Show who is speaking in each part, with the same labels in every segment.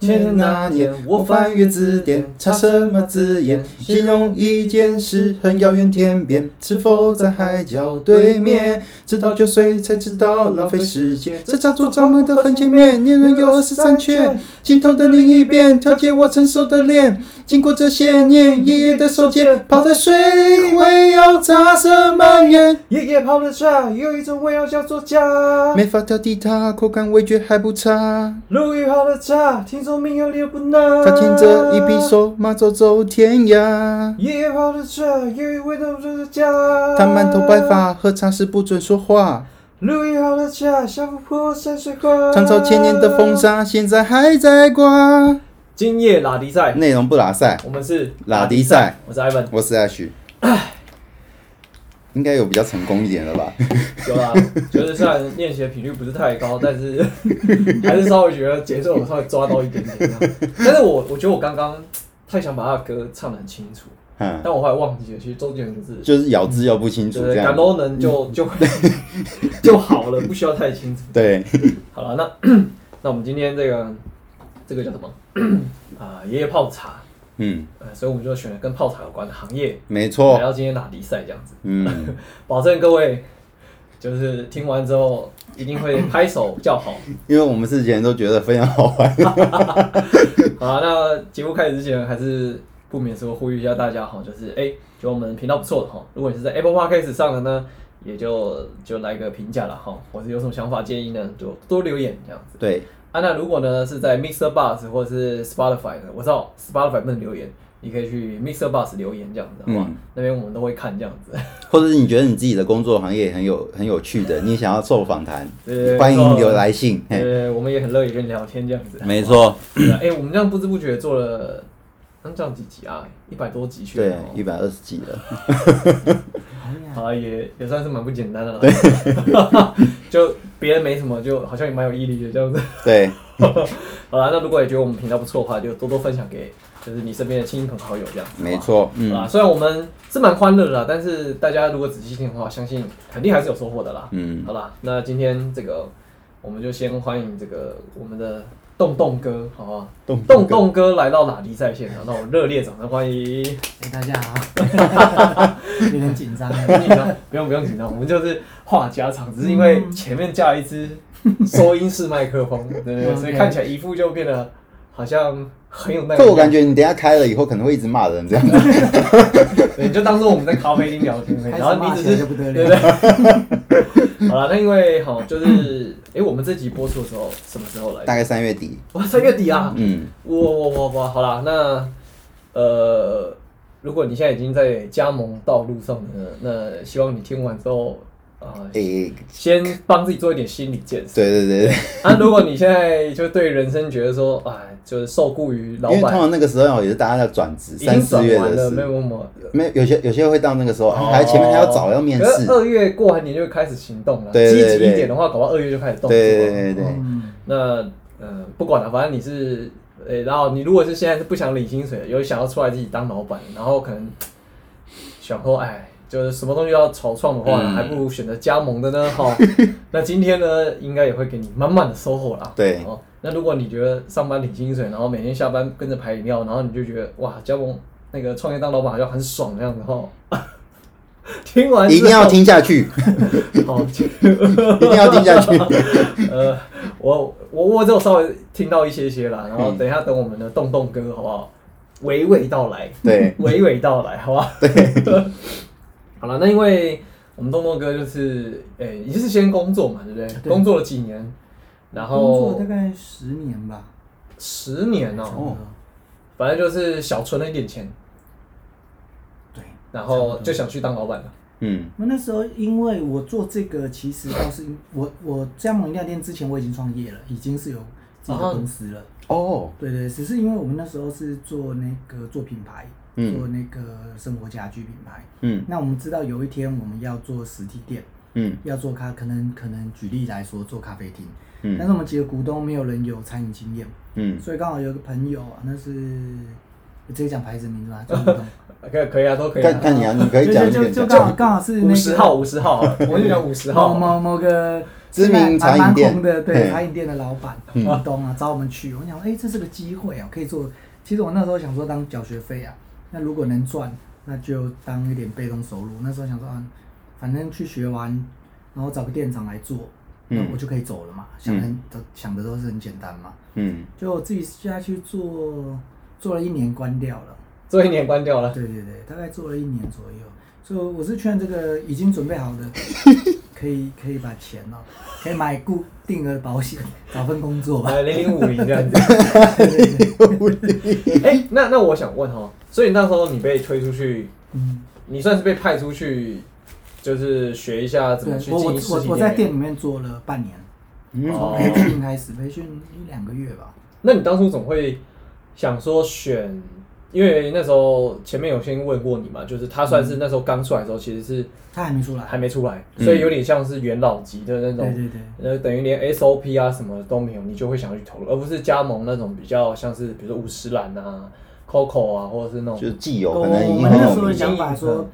Speaker 1: 前那年我翻阅字典，查什么字眼？形容一件事很遥远天边，是否在海角对面？直到九岁才知道浪费时间，在插座掌门的很前面，年轮有二十三圈，镜头的另一边调节我成熟的脸。经过这些年，爷爷的手牵，泡在水里会要擦什么眼？
Speaker 2: 爷爷泡的茶有一种味道叫做家。
Speaker 1: 没法挑剔它，口感味觉还不差。
Speaker 2: 陆羽泡的茶，听说民谣流不难。
Speaker 1: 他听着一匕首，马走走天涯。
Speaker 2: 爷爷泡的茶有一味道叫做家。
Speaker 1: 他满头白发，喝茶时不准说话。
Speaker 2: 路易好的家，小琥珀山水画。
Speaker 1: 唐朝千年的风沙，现在还在刮。
Speaker 2: 今夜拉迪赛，
Speaker 1: 内容不拉塞，
Speaker 2: 我们是
Speaker 1: 拉迪赛，
Speaker 2: 我是 Ivan，
Speaker 1: 我是 Ash。应该有比较成功一点了吧？
Speaker 2: 有啦， 觉得虽然练习的频率不是太高，但是还是稍微觉得节奏我稍微抓到一点点这样。但是我我觉得我刚刚太想把他的歌唱得很清楚，
Speaker 1: 嗯，
Speaker 2: 但我后来忘记了，其实周杰伦是
Speaker 1: 就是咬字又不清楚这
Speaker 2: 对感
Speaker 1: 样。嗯
Speaker 2: 动能就就 就好了，不需要太清楚。
Speaker 1: 对，
Speaker 2: 好了，那那我们今天这个这个叫什么啊？爷爷泡茶，
Speaker 1: 嗯，
Speaker 2: 呃，所以我们就选了跟泡茶有关的行业，
Speaker 1: 没
Speaker 2: 来
Speaker 1: 错，
Speaker 2: 到今天打比赛这样子，
Speaker 1: 嗯，
Speaker 2: 保证各位就是听完之后一定会拍手叫好。
Speaker 1: 因为我们之前都觉得非常好玩。
Speaker 2: 好啊，那节目开始之前，还是不免说呼吁一下大家哈，就是哎、觉得我们频道不错的哈，如果你是在 Apple Podcast 上的呢，也就就来个评价了哈，或者有什么想法建议呢，就多留言这样子。
Speaker 1: 对，
Speaker 2: 啊，那如果呢是在 Mixer Bus 或者是 Spotify 呢，我知道 Spotify 不能留言，你可以去 Mixer Bus 留言这样子，好不好？
Speaker 1: 嗯
Speaker 2: 那边我们都会看这样子。
Speaker 1: 或者是你觉得你自己的工作行业很有很有趣的，你想要受访谈
Speaker 2: 对，
Speaker 1: 欢迎留来信。 嘿，
Speaker 2: 呃，我们也很乐意跟你聊天这样 子。
Speaker 1: 没错，
Speaker 2: 对啊哎、我们这样不知不觉做了，嗯，这样几集啊，一百多集去了
Speaker 1: 对
Speaker 2: 哦，，
Speaker 1: 一百二十几了，
Speaker 2: 好啊，也也算是蛮不简单的了。 就别人没什么，就好像也蛮有毅力的这样子。
Speaker 1: 对，
Speaker 2: 好啦，那如果也觉得我们频道不错的话，就多多分享给就是你身边的亲朋好友这样子。
Speaker 1: 没错，嗯
Speaker 2: 啊，虽然我们是蛮欢乐的啦，但是大家如果仔细听的话，相信肯定还是有收获的啦。
Speaker 1: 嗯，
Speaker 2: 好啦，那今天这个我们就先欢迎这个我们的洞洞哥，好不好？
Speaker 1: 动
Speaker 2: 洞洞哥来到哪里在线场，让我热烈掌声欢迎！
Speaker 3: 哎、大家好， 有点紧张。
Speaker 2: 不用紧张，不用不用紧张，我们就是话家常，只是因为
Speaker 3: 嗯
Speaker 2: 前面架了一支收音式麦克风，对对对，
Speaker 3: OK
Speaker 2: 所以看起来一副就变得好像很有那
Speaker 1: 可我
Speaker 2: 个，
Speaker 1: 感觉你等一下开了以后可能会一直骂人这样子。
Speaker 2: 对，你就当做我们在咖啡厅聊天而已，然
Speaker 3: 开始
Speaker 2: 后你
Speaker 3: 骂起来
Speaker 2: 只
Speaker 3: 就是不得
Speaker 2: 对
Speaker 3: 了。
Speaker 2: 对。 好了，那因为好就是，哎、我们这集播出的时候什么时候来？
Speaker 1: 大概三月底，
Speaker 2: 哇，三月底啊！
Speaker 1: 嗯，
Speaker 2: 哇哇哇哇！好啦，那呃，如果你现在已经在加盟道路上的，那希望你听完之后啊、呃
Speaker 1: 诶、
Speaker 2: 先帮自己做一点心理建设。
Speaker 1: 对对对对，
Speaker 2: 啊，如果你现在就对人生觉得说，哎，就是受雇于老
Speaker 1: 因为通
Speaker 2: 板，
Speaker 1: 常那个时候也是大家要转职，
Speaker 2: 已
Speaker 1: 三
Speaker 2: 经
Speaker 1: 四
Speaker 2: 转
Speaker 1: 月
Speaker 2: 完
Speaker 1: 的
Speaker 2: 了，
Speaker 1: 事
Speaker 2: 没，有没有，
Speaker 1: 没有有些有些会到那个时候，啊还前面还要找要面
Speaker 2: 可
Speaker 1: 试
Speaker 2: 是，二月过完年就开始行动了，
Speaker 1: 对对
Speaker 2: 积极
Speaker 1: 对
Speaker 2: 一点的话，搞到二月就开始动作。哦
Speaker 1: 对对对对对，
Speaker 3: 嗯，
Speaker 2: 那呃，不管了，反正你是，呃、然后你如果是现在是不想领薪水的，有想要出来自己当老板，然后可能想说，哎，就是什么东西要草创的话，
Speaker 1: 嗯
Speaker 2: 还不如选择加盟的 呢，哈。那今天呢，应该也会给你满满的收获啦。
Speaker 1: 对
Speaker 2: 哦。那如果你觉得上班领薪水，然后每天下班跟着排饮料，然后你就觉得哇，加盟那个创业当老板好像很爽这样子哈。 听完 之
Speaker 1: 一定要
Speaker 2: 后，
Speaker 1: 听下去，
Speaker 2: 好，
Speaker 1: 一定要听下去。
Speaker 2: 呃，我我我只有稍微听到一些些啦，然
Speaker 1: 嗯
Speaker 2: 后等一下等我们的洞洞哥好不好？娓娓道来，
Speaker 1: 对，
Speaker 2: 娓娓道来，好吧？对。 好了，那因为我们洞洞哥就是，诶、你是先工作嘛，对不对？
Speaker 3: 对
Speaker 2: 工作了几年，然
Speaker 3: 工
Speaker 2: 后
Speaker 3: 作大概十年吧。
Speaker 2: 十年哦、
Speaker 3: 哦，
Speaker 2: 反正就是小存了一点钱，
Speaker 3: 对。
Speaker 2: 然
Speaker 3: 差不
Speaker 2: 后
Speaker 3: 多
Speaker 2: 就想去当老板了。
Speaker 1: 嗯
Speaker 3: 我那时候因为我做这个，其实倒是因我我加盟饮料店之前我已经创业了，已经是有自己的公司了。
Speaker 1: 哦，
Speaker 3: 对对，只是因为我们那时候是做那个做品牌，
Speaker 1: 嗯
Speaker 3: 做那个生活家居品牌。
Speaker 1: 嗯
Speaker 3: 那我们知道有一天我们要做实体店，
Speaker 1: 嗯
Speaker 3: 要做咖，可能可能举例来说做咖啡厅，但
Speaker 1: 嗯
Speaker 3: 是我们几个股东没有人有餐饮经验，
Speaker 1: 嗯，
Speaker 3: 所以刚好有一个朋友啊，那是我直接讲牌子名字 吗？叫股东，
Speaker 2: 可以可以啊，都可以、
Speaker 1: 看
Speaker 2: 啊。
Speaker 1: 看你啊，你可以
Speaker 3: 就
Speaker 1: 讲
Speaker 3: 就
Speaker 1: 一
Speaker 3: 就
Speaker 1: 点
Speaker 3: 就
Speaker 1: 讲
Speaker 3: 刚好刚好是那
Speaker 2: 五
Speaker 3: 个
Speaker 2: 十号，五十号好了，我就讲五十
Speaker 3: 某
Speaker 2: 号。
Speaker 3: 某某个
Speaker 1: 知名茶饮
Speaker 3: 蛮红
Speaker 1: 店，
Speaker 3: 的，对
Speaker 1: 嘿
Speaker 3: 茶饮店的老板
Speaker 1: 嗯
Speaker 3: 阿东啊，找我们去，我想说，哎、这是个机会啊，可以做。其实我那时候想说当缴学费啊，那如果能赚，那就当一点被动收入。那时候想说啊，反正去学完，然后找个店长来做，那
Speaker 1: 嗯
Speaker 3: 我就可以走了嘛。想的都、想的都是很简单嘛。
Speaker 1: 嗯，
Speaker 3: 就我自己下去做，做了一年关掉了。
Speaker 2: 做一年关掉了，
Speaker 3: 对对对，大概做了一年左右。所以我是劝这个已经准备好 的，可以可以把钱哦，可以买固定额保险， 找份工作吧。
Speaker 2: 呃，零零五零这样子。哎、那那我想问哦，所以那时候你被推出去，
Speaker 3: 嗯，
Speaker 2: 你算是被派出去，就是学一下怎
Speaker 3: 对
Speaker 2: 么去
Speaker 3: 我
Speaker 2: 经
Speaker 3: 我
Speaker 2: 营实
Speaker 3: 我
Speaker 2: 体
Speaker 3: 我在店
Speaker 2: 店。
Speaker 3: 里面做了半年，从
Speaker 2: 哦
Speaker 3: 培训开始，培训一两个月吧。
Speaker 2: 那你当初怎么会想说选？因为那时候前面有先问过你嘛，就是他算是那时候刚出来的时候，其实是
Speaker 3: 他还没出来，
Speaker 2: 还没出来，所以有点像是元老级的那
Speaker 3: 对
Speaker 2: 种，
Speaker 3: 对对，
Speaker 2: 呃，等于连 SOP 啊什么都没有，你就会想要去投入，而不是加盟那种比较像是比如说五十岚啊、Coco 啊，或者是那
Speaker 1: 就是
Speaker 2: 种
Speaker 1: 既有
Speaker 3: 我
Speaker 1: 哦可能已
Speaker 3: 我
Speaker 1: 经很
Speaker 3: 们那时
Speaker 1: 有
Speaker 3: 候的
Speaker 1: 名了，
Speaker 3: 想法说
Speaker 2: 嗯，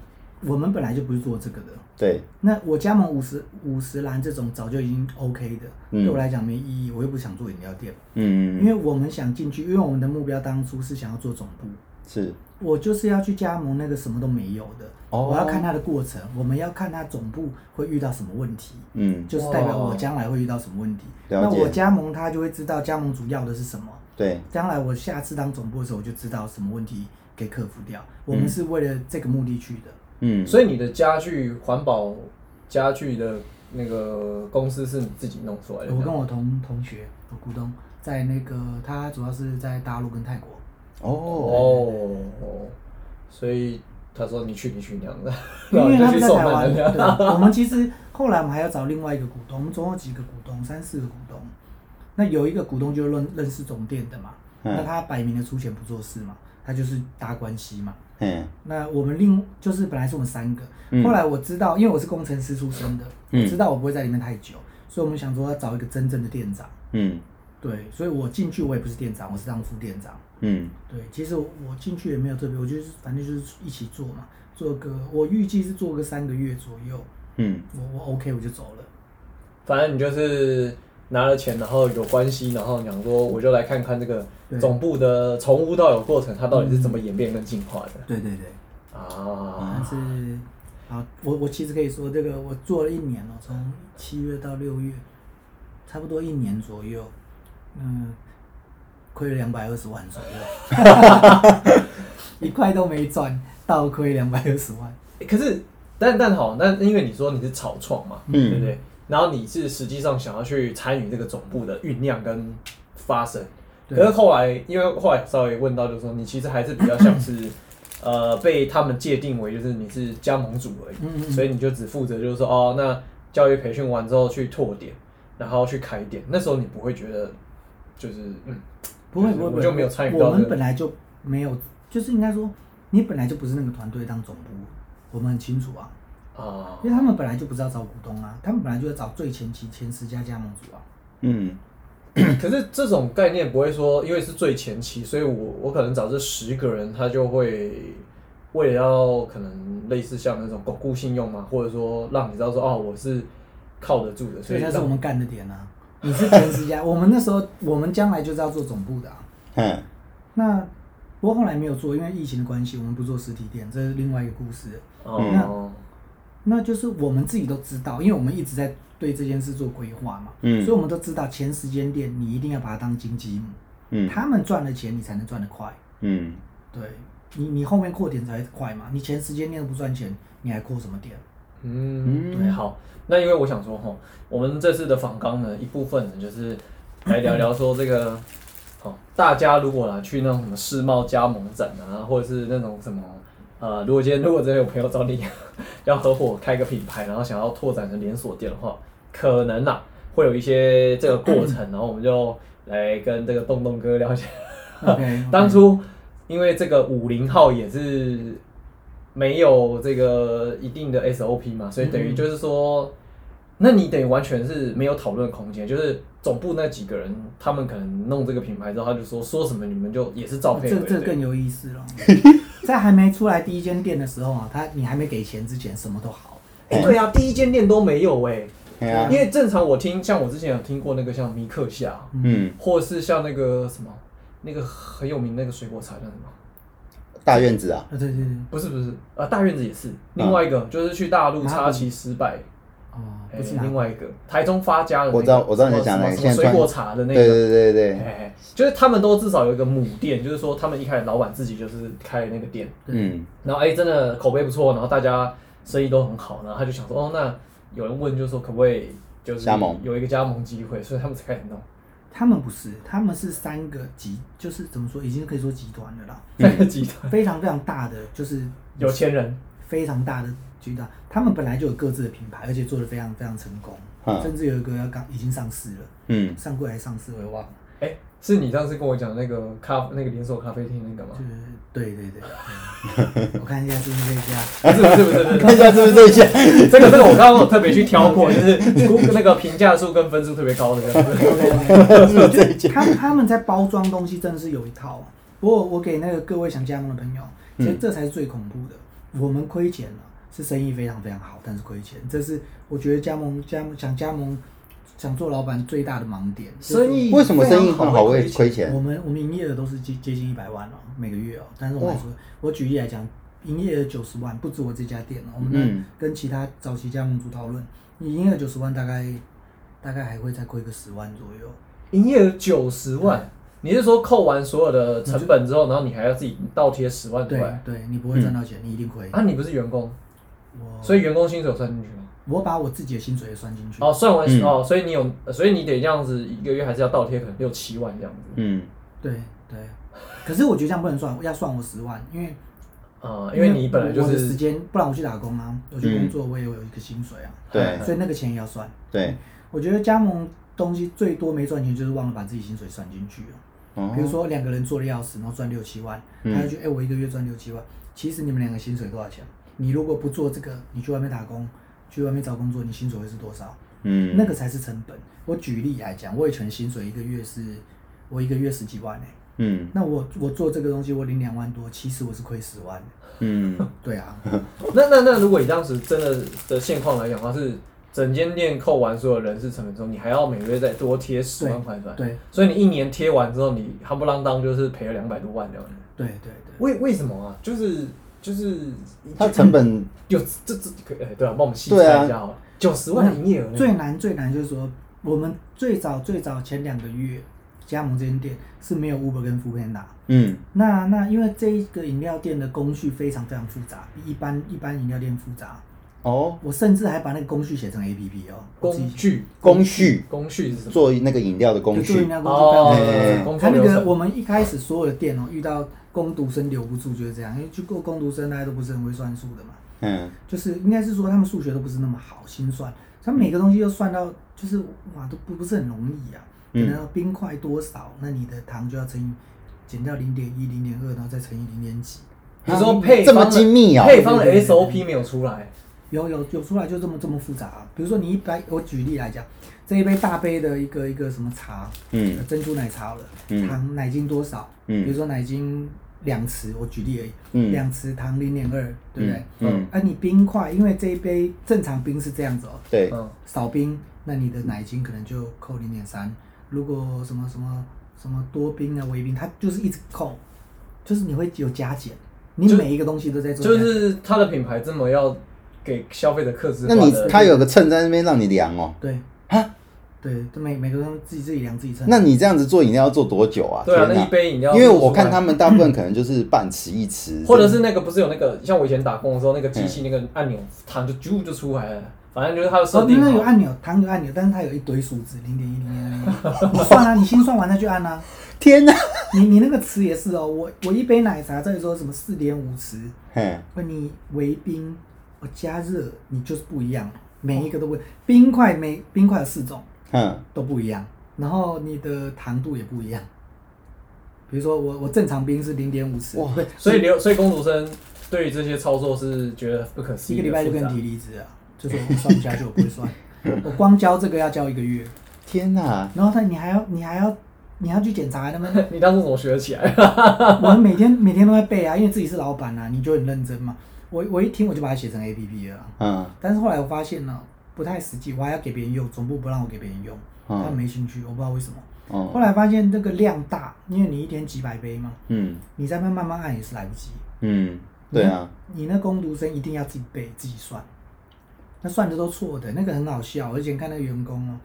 Speaker 3: 我们本来就不是做这个的。
Speaker 1: 对，
Speaker 3: 那我加盟五十五十兰这种早就已经 OK 的，
Speaker 1: 嗯
Speaker 3: 对我来讲没意义，我又不想做饮料店，因
Speaker 1: 嗯，
Speaker 3: 为我们想进去，因为我们的目标当初是想要做总部，
Speaker 1: 是，
Speaker 3: 我就是要去加盟那个什么都没有的，
Speaker 1: 哦
Speaker 3: 我要看它的过程，我们要看它总部会遇到什么问题，
Speaker 1: 嗯，
Speaker 3: 就是代表
Speaker 2: 哇
Speaker 3: 我将来会遇到什么问题。
Speaker 1: 了
Speaker 3: 那
Speaker 1: 解
Speaker 3: 我加盟他就会知道加盟主要的是什么，
Speaker 1: 对，
Speaker 3: 将来我下次当总部的时候我就知道什么问题给克服掉。我们是为了这个目的去的，
Speaker 1: 嗯，
Speaker 2: 所以你的家具环保家具的那个公司是你自己弄出来的这样？
Speaker 3: 我跟我同同学我股东在那个他主要是在大陆跟泰国，
Speaker 1: 哦，
Speaker 2: 哦，所以他说你去你去那样的，
Speaker 3: 因
Speaker 2: 然后啊
Speaker 3: 为
Speaker 2: 你
Speaker 3: 他
Speaker 2: 就
Speaker 3: 们
Speaker 2: 去
Speaker 3: 在
Speaker 2: 送
Speaker 3: 台
Speaker 2: 饭
Speaker 3: 湾，
Speaker 2: 这
Speaker 3: 对
Speaker 2: 样。，
Speaker 3: 我们其实后来我们还要找另外一个股东，我们总共有几个股东，三四个股东。那有一个股东就认认识总店的嘛，
Speaker 1: 嗯
Speaker 3: 那他摆明了出钱不做事嘛，他就是搭关系嘛。
Speaker 1: 嗯，
Speaker 3: 那我们另就是本来是我们三个，
Speaker 1: 嗯
Speaker 3: 后来我知道，因为我是工程师出身的，
Speaker 1: 嗯
Speaker 3: 我知道我不会在里面太久，所以我们想说要找一个真正的店长。
Speaker 1: 嗯，
Speaker 3: 对，所以我进去我也不是店长，我是当副店长。
Speaker 1: 嗯，
Speaker 3: 对，其实我我进去也没有特别，我就是反正就是一起做嘛，做个我预计是做个三个月左右，
Speaker 1: 嗯，
Speaker 3: 我我 OK 我就走了。
Speaker 2: 反正你就是拿了钱，然后有关系，然后讲说我就来看看这个
Speaker 3: 对嗯
Speaker 2: 总部的从无到有过程，它到底是怎么演变跟进化的
Speaker 3: 对对对，但
Speaker 2: 啊？
Speaker 3: 是啊，我我其实可以说这个我做了一年哦，从七月到六月，差不多一年左右，嗯，亏了两百二十万左右， 一块都没赚，倒亏两百二十万。
Speaker 2: 欸可是但但好，那因为你说你是草创嘛，
Speaker 1: 嗯
Speaker 2: 对不对？然后你是实际上想要去参与这个总部的酝酿跟发生，可
Speaker 3: 对
Speaker 2: 是后来因为后来稍微问到，就是说你其实还是比较像是。 呃，被他们界定为就是你是加盟主而已，
Speaker 3: 嗯嗯嗯
Speaker 2: 所以你就只负责就是说哦，那教育培训完之后去拓点，然后去开店。那时候你不会觉得就是嗯，
Speaker 3: 不会
Speaker 2: 就是
Speaker 3: 不会，
Speaker 2: 我
Speaker 3: 不会
Speaker 2: 就没有参与
Speaker 3: 我
Speaker 2: 到这
Speaker 3: 们
Speaker 2: 个
Speaker 3: 本来就没有，就是应该说，你本来就不是那个团队当总部，我们很清楚啊，
Speaker 2: 啊
Speaker 3: 因为他们本来就不知道找股东啊，他们本来就要找最前期前十家加盟主啊。
Speaker 1: 嗯，
Speaker 2: 可是这种概念不会说，因为是最前期，所以我我可能找这十个人，他就会为了要可能类似像那种巩固信用嘛，或者说让你知道说哦，我是靠得住的，所
Speaker 3: 所
Speaker 2: 以
Speaker 3: 以那是
Speaker 2: 让
Speaker 3: 我们干的点啊。你是前十家，我 们那时候我们将来就是要做总部的、啊。
Speaker 1: 嗯，
Speaker 3: 那不过后来没有做，因为疫情的关系，我们不做实体店，这是另外一个故事。
Speaker 2: 哦，
Speaker 3: 那就是我们自己都知道，因为我们一直在对这件事做规划嘛，
Speaker 1: 嗯
Speaker 3: 所以我们都知道前十间店你一定要把它当金鸡母，
Speaker 1: 嗯，
Speaker 3: 他们赚了钱你才能赚得快，
Speaker 1: 嗯，
Speaker 3: 对你你后面扩点才会快嘛，你前十间店都不赚钱，你还扩 什么店？
Speaker 2: 嗯，
Speaker 1: 嗯
Speaker 2: 对，好，那因为我想说哈，我们这次的访纲呢，一部分呢就是来聊聊说这个，哦，大家如果啦去那种什么世贸加盟展啊，或者是那种什么，呃，如果今天如果真的有朋友找你要合伙开个品牌，然后想要拓展成连锁店的话，可能啊会有一些这个过程，然后我们就来跟这个洞洞哥聊一下。
Speaker 3: OK，
Speaker 2: 当初因为这个五零号也是没有这个一定的 SOP 嘛，所以
Speaker 3: 嗯
Speaker 2: 等于就是说，那你等于完全是没有讨论空间。就是总部那几个人，他们可能弄这个品牌之后，他就说说什么你们就也是照配
Speaker 3: 啊这
Speaker 2: 合
Speaker 3: 这
Speaker 2: 对
Speaker 3: 更有意思 了。在还没出来第一间店的时候啊，他你还没给钱之前，什么都好。
Speaker 2: 哎对啊，第一间店都没有哎、
Speaker 1: 哎呀
Speaker 2: 因，为正常我听，像我之前有听过那个像米克夏，
Speaker 1: 嗯，
Speaker 2: 或是像那个什么，那个很有名那个水果茶叫什么？
Speaker 1: 大院子啊，
Speaker 3: 啊，对对对，
Speaker 2: 不是不是，呃，大院子也是另外一个，就是去大陆插旗失败，
Speaker 3: 哦，
Speaker 2: 哎
Speaker 3: 不是
Speaker 2: 另
Speaker 3: 啊，
Speaker 2: 外一个台中发家的那个，
Speaker 1: 我知道我知道你在讲哪
Speaker 2: 什
Speaker 1: 个
Speaker 2: 么什么
Speaker 1: 现在
Speaker 2: 水
Speaker 1: 突然
Speaker 2: 果茶的那
Speaker 1: 对
Speaker 2: 个，
Speaker 1: 对对
Speaker 2: 哎
Speaker 1: 对，
Speaker 2: 哎哎就是他们都至少有一个母店，就是说他们一开始老板自己就是开那个店，
Speaker 1: 嗯，
Speaker 2: 然后哎、真的口碑不错，然后大家生意都很好，然后他就想说，哦，那有人问就说可不可以就是
Speaker 1: 加盟
Speaker 2: 有一个加盟机会，所以他们才开始弄。
Speaker 3: 他们不是，他们是三个集，就是怎么说，已经可以说集团了啦，
Speaker 2: 三个 集团
Speaker 3: 非常非常大的，就是
Speaker 2: 哎有钱人，
Speaker 3: 非常大的巨大，他们本来就有各自的品牌，而且做的非常非常成功，
Speaker 1: 嗯
Speaker 3: 甚至有一个要刚已经上市了，
Speaker 1: 嗯，
Speaker 3: 上柜还是上市我也忘了，
Speaker 2: 哎、是你上次跟我讲那个咖那个连锁咖啡厅那个 吗
Speaker 3: 就？是对对对，嗯我看一下是不是这家，
Speaker 2: 不是不是不是不是，
Speaker 1: 看一下是不是这一家，
Speaker 2: 这个这个我刚刚有特别去挑过，就是那个评价数跟分数特别 高的这样子。
Speaker 1: 是不是这一家？
Speaker 3: 他他们在包装东西真的是有一套、啊。不过我给那个各位想加盟的朋友，
Speaker 1: 嗯
Speaker 3: 其实这才是最恐怖的。我们亏钱了，是生意非常非常好，但是亏钱，这是我觉得加盟加盟想加盟想做老板最大的盲点。就是
Speaker 2: 生意
Speaker 1: 为什么生意
Speaker 2: 非常
Speaker 1: 很好
Speaker 2: 好
Speaker 1: 会
Speaker 2: 会
Speaker 1: 亏
Speaker 2: 亏
Speaker 1: 钱
Speaker 3: 我？们我们营业额都是接接近一百万哦，每个月哦。但是我们
Speaker 1: 哇
Speaker 3: 说，我举例来讲，营业额九十万不止我这家店哦，我们
Speaker 1: 嗯
Speaker 3: 呢跟其他早期加盟主讨论，你营业额九十万大概大概还会再亏个十万左右。
Speaker 2: 营业额九十万，你是说扣完所有的成本之后，然后你还要自己倒贴十万
Speaker 3: 对
Speaker 2: 块？
Speaker 3: 对，你不
Speaker 2: 嗯
Speaker 3: 会赚到钱，你一定亏。
Speaker 2: 啊，你不是员工，
Speaker 3: 我
Speaker 2: 所以员工薪水有算进去吗？
Speaker 3: 我把我自己的薪水也算进去。
Speaker 2: 哦，算完、
Speaker 1: 嗯
Speaker 2: 哦，所以你有，所以你得这样子一个月还是要倒贴可能六七万这样子
Speaker 1: 嗯，
Speaker 3: 对对，可是我觉得这样不能算，要算我十万，因为
Speaker 2: 啊、因为你本来就
Speaker 3: 我的时
Speaker 2: 是嗯
Speaker 3: 间，不然我去打工啊，我去工作我也有一个薪水啊，
Speaker 1: 对
Speaker 3: 所以那个钱也要算。
Speaker 1: 对，
Speaker 3: 我觉得加盟东西最多没赚钱就是忘了把自己薪水算进去了。
Speaker 1: 哦
Speaker 3: 比如说两个人做的要死，然后赚六七万，
Speaker 1: 嗯
Speaker 3: 他就觉得哎、我一个月赚六七万，其实你们两个薪水多少钱？你如果不做这个，你去外面打工，去外面找工作，你薪水会是多少？
Speaker 1: 嗯，
Speaker 3: 那个才是成本。我举例来讲，我以前薪水一个月是，我一个月十几万哎、
Speaker 1: 嗯
Speaker 3: 那我我做这个东西我领两万多，其实我是亏十万的。
Speaker 1: 嗯，
Speaker 3: 对啊，
Speaker 2: 那那那，如果你当时真的的现况来讲的话，是整间店扣完所有人事成本之后，你还要每个月再多贴十万块出来，
Speaker 3: 对
Speaker 2: 所以你一年贴完之后，你夯不啷当就是赔了两百多万这样子。
Speaker 3: 对对对，
Speaker 2: 为为什么啊？就是就是
Speaker 1: 它成本
Speaker 2: 有这这可哎、对啊，帮我们细
Speaker 1: 对啊
Speaker 2: 算一下好了，九十、万营业额
Speaker 3: 最难最难就是说，我们最早最早前两个月加盟这间店是没有 Uber 跟 f o o p a n d a
Speaker 1: 嗯
Speaker 3: 那那因为这一个饮料店的工序非常非常复杂，比一般一般饮料店复杂。
Speaker 1: 哦，
Speaker 3: 我甚至还把那个工序写成 A P P 哦，我自己
Speaker 2: 工具
Speaker 1: 工序
Speaker 2: 工序是什么？
Speaker 1: 做那个饮料的工
Speaker 3: 就做饮
Speaker 1: 序，
Speaker 3: 料工序非常
Speaker 2: 哦
Speaker 3: 复杂。
Speaker 1: 哎，
Speaker 2: 工
Speaker 3: 他
Speaker 2: 作
Speaker 3: 那
Speaker 2: 流
Speaker 3: 个
Speaker 2: 程。
Speaker 3: 我们一开始所有的店哦，遇到攻读生留不住就是这样，因为去过攻读生大家都不是很会算数的嘛，
Speaker 1: 嗯
Speaker 3: 就是应该是说他们数学都不是那么好，心算，他们每个东西都算到就是哇都不不是很容易啊，可
Speaker 1: 嗯
Speaker 3: 能要冰块多少，那你的糖就要乘以减掉零点一、零点二，然后再乘以零点几，
Speaker 2: 你说配
Speaker 1: 这么
Speaker 2: 方的
Speaker 1: 精密哦
Speaker 2: 配方的
Speaker 3: 对对对
Speaker 2: SOP 没有出来，
Speaker 3: 有有有出来就这么这么复杂、啊。比如说你一杯，我举例来讲，这一杯大杯的一个一个什么茶，
Speaker 1: 嗯
Speaker 3: 呃珍珠奶茶好了，
Speaker 1: 嗯
Speaker 3: 糖奶精多少？
Speaker 1: 嗯
Speaker 3: 比如说奶精两匙，我举例而已，
Speaker 1: 嗯
Speaker 3: 两匙糖零点二，对不对？
Speaker 1: 嗯嗯
Speaker 3: 啊，你冰块，因为这一杯正常冰是这样子哦，
Speaker 1: 对，
Speaker 2: 嗯，
Speaker 3: 少冰，那你的奶精可能就扣零点三。如果什么什么什么多冰啊、微冰，它就是一直扣，就是你会有加减，你
Speaker 2: 就
Speaker 3: 每一个东西都在做加
Speaker 2: 就
Speaker 3: 减。
Speaker 2: 是它的品牌这么要给消费者克制化
Speaker 1: 那
Speaker 2: 的，
Speaker 1: 你它有个秤在那边让你量哦，
Speaker 3: 对
Speaker 1: 啊，
Speaker 3: 对，都每每个人自己自己量自己称。
Speaker 1: 那你这样子做饮料要做多久啊？
Speaker 2: 对啊，
Speaker 1: 天
Speaker 2: 那
Speaker 1: 哪
Speaker 2: 一杯饮料，
Speaker 1: 因为我看他们大部分可能就是半匙一匙，
Speaker 2: 或者是那个不是有那个，像我以前打工的时候，那个机器那个按钮，弹就啾就出来了，反正就是它的设
Speaker 3: 哦，
Speaker 2: 定
Speaker 3: 那有
Speaker 2: 好。
Speaker 3: 按钮，糖有按钮，但是它有一堆数字，零点一、零点二，你算啊，你心算完再去按啊。
Speaker 1: 天哪，
Speaker 3: 你你那个词也是哦，我我一杯奶茶这里说什么四点五匙，
Speaker 1: 嘿，
Speaker 3: 问你微冰，我加热，你就是不一样，每一个都不一样冰块每冰块有四种
Speaker 1: 哼，
Speaker 3: 都不一样，然后你的糖度也不一样。比如说我我正常冰是零点五匙，
Speaker 1: 哇
Speaker 3: 不是
Speaker 2: 所以留，所以工读生对于这些操作是觉得不可思
Speaker 3: 一
Speaker 2: 议
Speaker 3: 个
Speaker 2: 的复杂。
Speaker 3: 礼拜就跟提离职啊，就是我算不下去，我不会算，我光教这个要教一个月，
Speaker 1: 天哪，
Speaker 3: 然后他你还要你还要你还要去检查他们，
Speaker 2: 你当初怎么学得起来？
Speaker 3: 我们每天每天都在背啊，因为自己是老板啊，你就很认真嘛。我我一听我就把它写成 A P P 了啊，
Speaker 1: 嗯
Speaker 3: 但是后来我发现呢、不太实际，我还要给别人用，总部不让我给别人用，
Speaker 1: 嗯
Speaker 3: 他没兴趣，我不知道为什么。后
Speaker 1: 哦，
Speaker 3: 来发现那个量大，因为你一天几百杯嘛，
Speaker 1: 嗯
Speaker 3: 你再慢慢慢按也是来不及。
Speaker 1: 嗯，对啊，
Speaker 3: 你那工读生一定要自己背自己算，那算的都错的，那个很好笑。我以前看那个员工哦，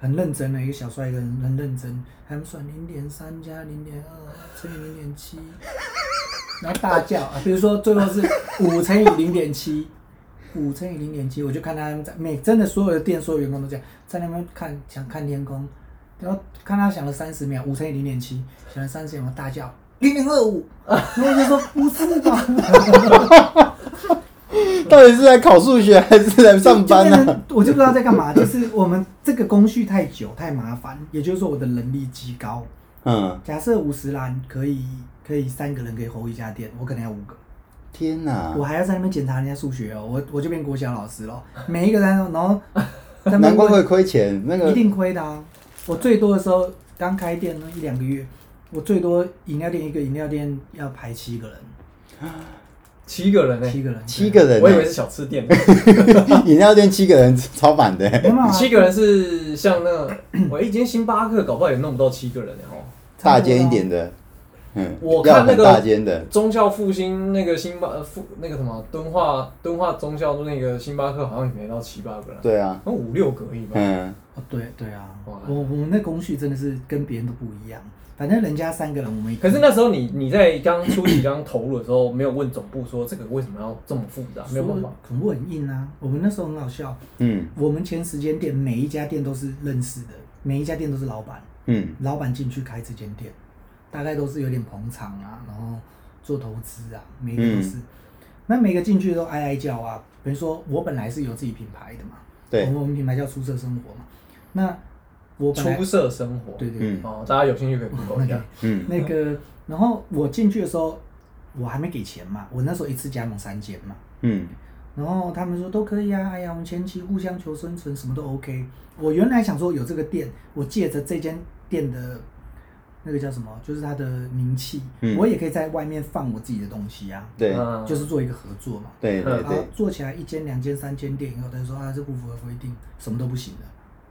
Speaker 3: 很认真的一个小帅哥，很很认真，他们算零点三加零点二乘以零点七，然后大叫啊，比如说最后是五乘以零点七。五乘以零点七，我就看他们在每真的所有的店所有员工都这样，在那边看想看天空，然后看他想了三十秒，五乘以零点七，想了三十秒，大叫零点二五，然后我就说不是吧，
Speaker 2: 嗯
Speaker 1: 到底是在考数学还是在上班啊
Speaker 3: 就变
Speaker 1: 呢？
Speaker 3: 成我就不知道在干嘛，就是我们这个工序太久太麻烦，也就是说我的能力极高。
Speaker 1: 嗯，
Speaker 3: 假设五十栏可以可以三个人可以 hold 一家店，我可能要五个，
Speaker 1: 天哪
Speaker 3: 我，还要在那边检查人家数学哦，我我就变国小老师了，每一个人然后在那边
Speaker 1: 难怪会
Speaker 3: 问
Speaker 1: 亏钱，那
Speaker 3: 一
Speaker 1: 个
Speaker 3: 定亏的啊！我最多的时候刚开店那一两个月，我最多饮料店一个饮料店要排七个人，
Speaker 2: 七个人呢、欸
Speaker 3: 七个人，
Speaker 1: 七个人
Speaker 2: 我以为是小吃 店，
Speaker 1: 欸， 饮料店七个人超满的欸，
Speaker 3: 没办法，
Speaker 2: 七个人是像 那，我一间星巴克搞不好也弄不到七个人然后
Speaker 1: 大间一点的，嗯，
Speaker 2: 啊我
Speaker 1: 要
Speaker 2: 看那
Speaker 1: 很
Speaker 2: 个
Speaker 1: 大间的，
Speaker 2: 中校复兴那个星巴呃复那个什么敦化敦化中校那个星巴克好像也没到七八个人，
Speaker 1: 对啊，
Speaker 2: 那五六个而已吧。
Speaker 1: 嗯，
Speaker 3: 哦，对对啊，
Speaker 2: 哇
Speaker 3: 我我们那工序真的是跟别人都不一样。反正人家三个人，我们一个
Speaker 2: 可是那时候你你在刚初期刚投入的时候，没有问总部说这个为什么要这么复杂，没有办法。
Speaker 3: 恐怖很硬啊。我们那时候很好笑，
Speaker 1: 嗯
Speaker 3: 我们前时间店每一家店都是认识的，每一家店都是老板，
Speaker 1: 嗯
Speaker 3: 老板进去开这间店，大概都是有点捧场啊，然后做投资啊，每一个都是。
Speaker 2: 嗯
Speaker 3: 那每个进去都哀哀叫啊，比如说我本来是有自己品牌的嘛，
Speaker 1: 对
Speaker 3: 我
Speaker 2: 哦
Speaker 3: 们我们品牌叫出色生活嘛，那我本来
Speaker 2: 出色生活，
Speaker 3: 对对对，
Speaker 1: 嗯
Speaker 2: 哦，大家有兴趣可以 Google 一下。
Speaker 1: 嗯
Speaker 3: 那个，然后我进去的时候，我还没给钱嘛，我那时候一次加盟三间嘛，
Speaker 1: 嗯，
Speaker 3: 然后他们说都可以啊，哎呀，我们前期互相求生存，什么都 OK。我原来想说有这个店，我借着这间店的那个叫什么，就是它的名气，
Speaker 1: 嗯
Speaker 3: 我也可以在外面放我自己的东西啊，
Speaker 1: 对
Speaker 2: 嗯
Speaker 3: 就是做一个合作嘛。
Speaker 1: 对对
Speaker 3: 然后
Speaker 1: 对，
Speaker 3: 做起来一间、两间、三间店以后，他就说啊，这不符合规定，什么都不行的。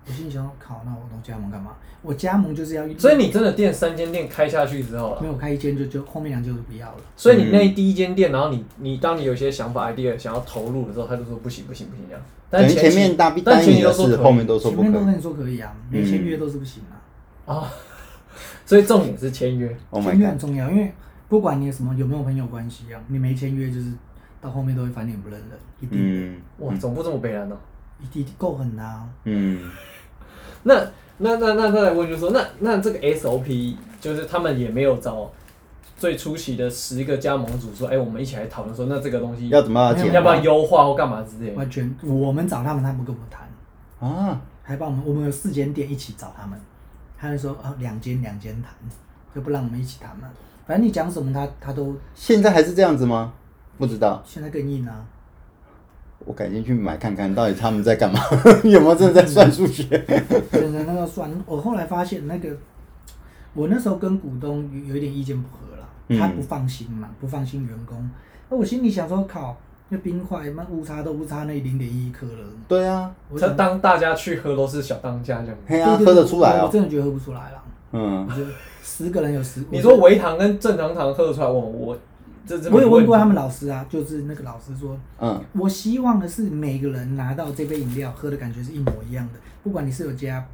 Speaker 3: 我心里想，靠，那我都加盟干嘛？我加盟就是要，
Speaker 2: 所以你真的店三间店开下去之后
Speaker 3: 没
Speaker 2: 了，
Speaker 3: 有开一间就就后面两间我就不要了。
Speaker 2: 所以你那第一间店，然后你你当你有一些想法 idea 想要投入的时候，他就说不行不行不行这样。但
Speaker 1: 等于
Speaker 2: 是前
Speaker 1: 前
Speaker 2: 期
Speaker 1: 面大
Speaker 2: 但
Speaker 1: 单
Speaker 2: 前
Speaker 1: 你
Speaker 2: 期都
Speaker 1: 的
Speaker 2: 说可
Speaker 1: 事，
Speaker 2: 以
Speaker 1: 后面都说
Speaker 3: 前
Speaker 1: 不
Speaker 3: 面
Speaker 1: 可
Speaker 3: 都跟
Speaker 1: 以嗯
Speaker 3: 你说可以啊，没签约都是不行啊。
Speaker 2: 啊，所以重点是签约。
Speaker 1: ，Oh
Speaker 3: 签
Speaker 1: my
Speaker 3: 约很
Speaker 1: god，
Speaker 3: 重要，因为不管你有什么有没有朋友关系啊，你没签约就是到后面都会翻脸不认人，一定、
Speaker 1: 嗯
Speaker 2: 哇，总部这么悲然哦。
Speaker 3: 一定够狠啊。
Speaker 1: 嗯
Speaker 2: 那那那那那我就说，那那这个 SOP 就是他们也没有找最初期的十个加盟主说，哎、我们一起来讨论说，那这个东西
Speaker 1: 要怎么样
Speaker 2: 要
Speaker 1: 讲
Speaker 2: 不要优化或干嘛之类的。
Speaker 3: 完全我们找他们，他们不跟我们谈，
Speaker 1: 啊？
Speaker 3: 还帮我们我们有四间店一起找他们，他就说啊两间两间谈，就不让我们一起谈了、反正你讲什么他他都
Speaker 1: 现在还是这样子吗？不知道，
Speaker 3: 现在更硬啊。
Speaker 1: 我改天去买看看，到底他们在干嘛？ 有没有真的在算数学？
Speaker 3: 真的那个算，我后来发现那个，我那时候跟股东有有一点意见不合啦，
Speaker 1: 嗯
Speaker 3: 他不放心嘛，不放心员工。那我心里想说，靠，那冰块妈误差都误差那零点一克了，
Speaker 1: 对啊，
Speaker 3: 我
Speaker 2: 他
Speaker 3: 想
Speaker 2: 当大家去喝都是小当家这样。
Speaker 1: 嘿啊，
Speaker 3: 对对
Speaker 1: 喝得
Speaker 3: 对
Speaker 1: 出来
Speaker 3: 我我
Speaker 1: 哦。
Speaker 3: 真的觉得喝不出来啦。
Speaker 1: 嗯
Speaker 3: 我，觉得 十个人有十，
Speaker 2: 你说维糖跟正常糖喝得出来，我我这这
Speaker 3: 我有问过他
Speaker 2: 们，
Speaker 3: 们老师啊，就是那个老师说，
Speaker 1: 嗯，
Speaker 3: 我希望的是每个人拿到这杯饮料喝的感觉是一模一样的，不管你是有加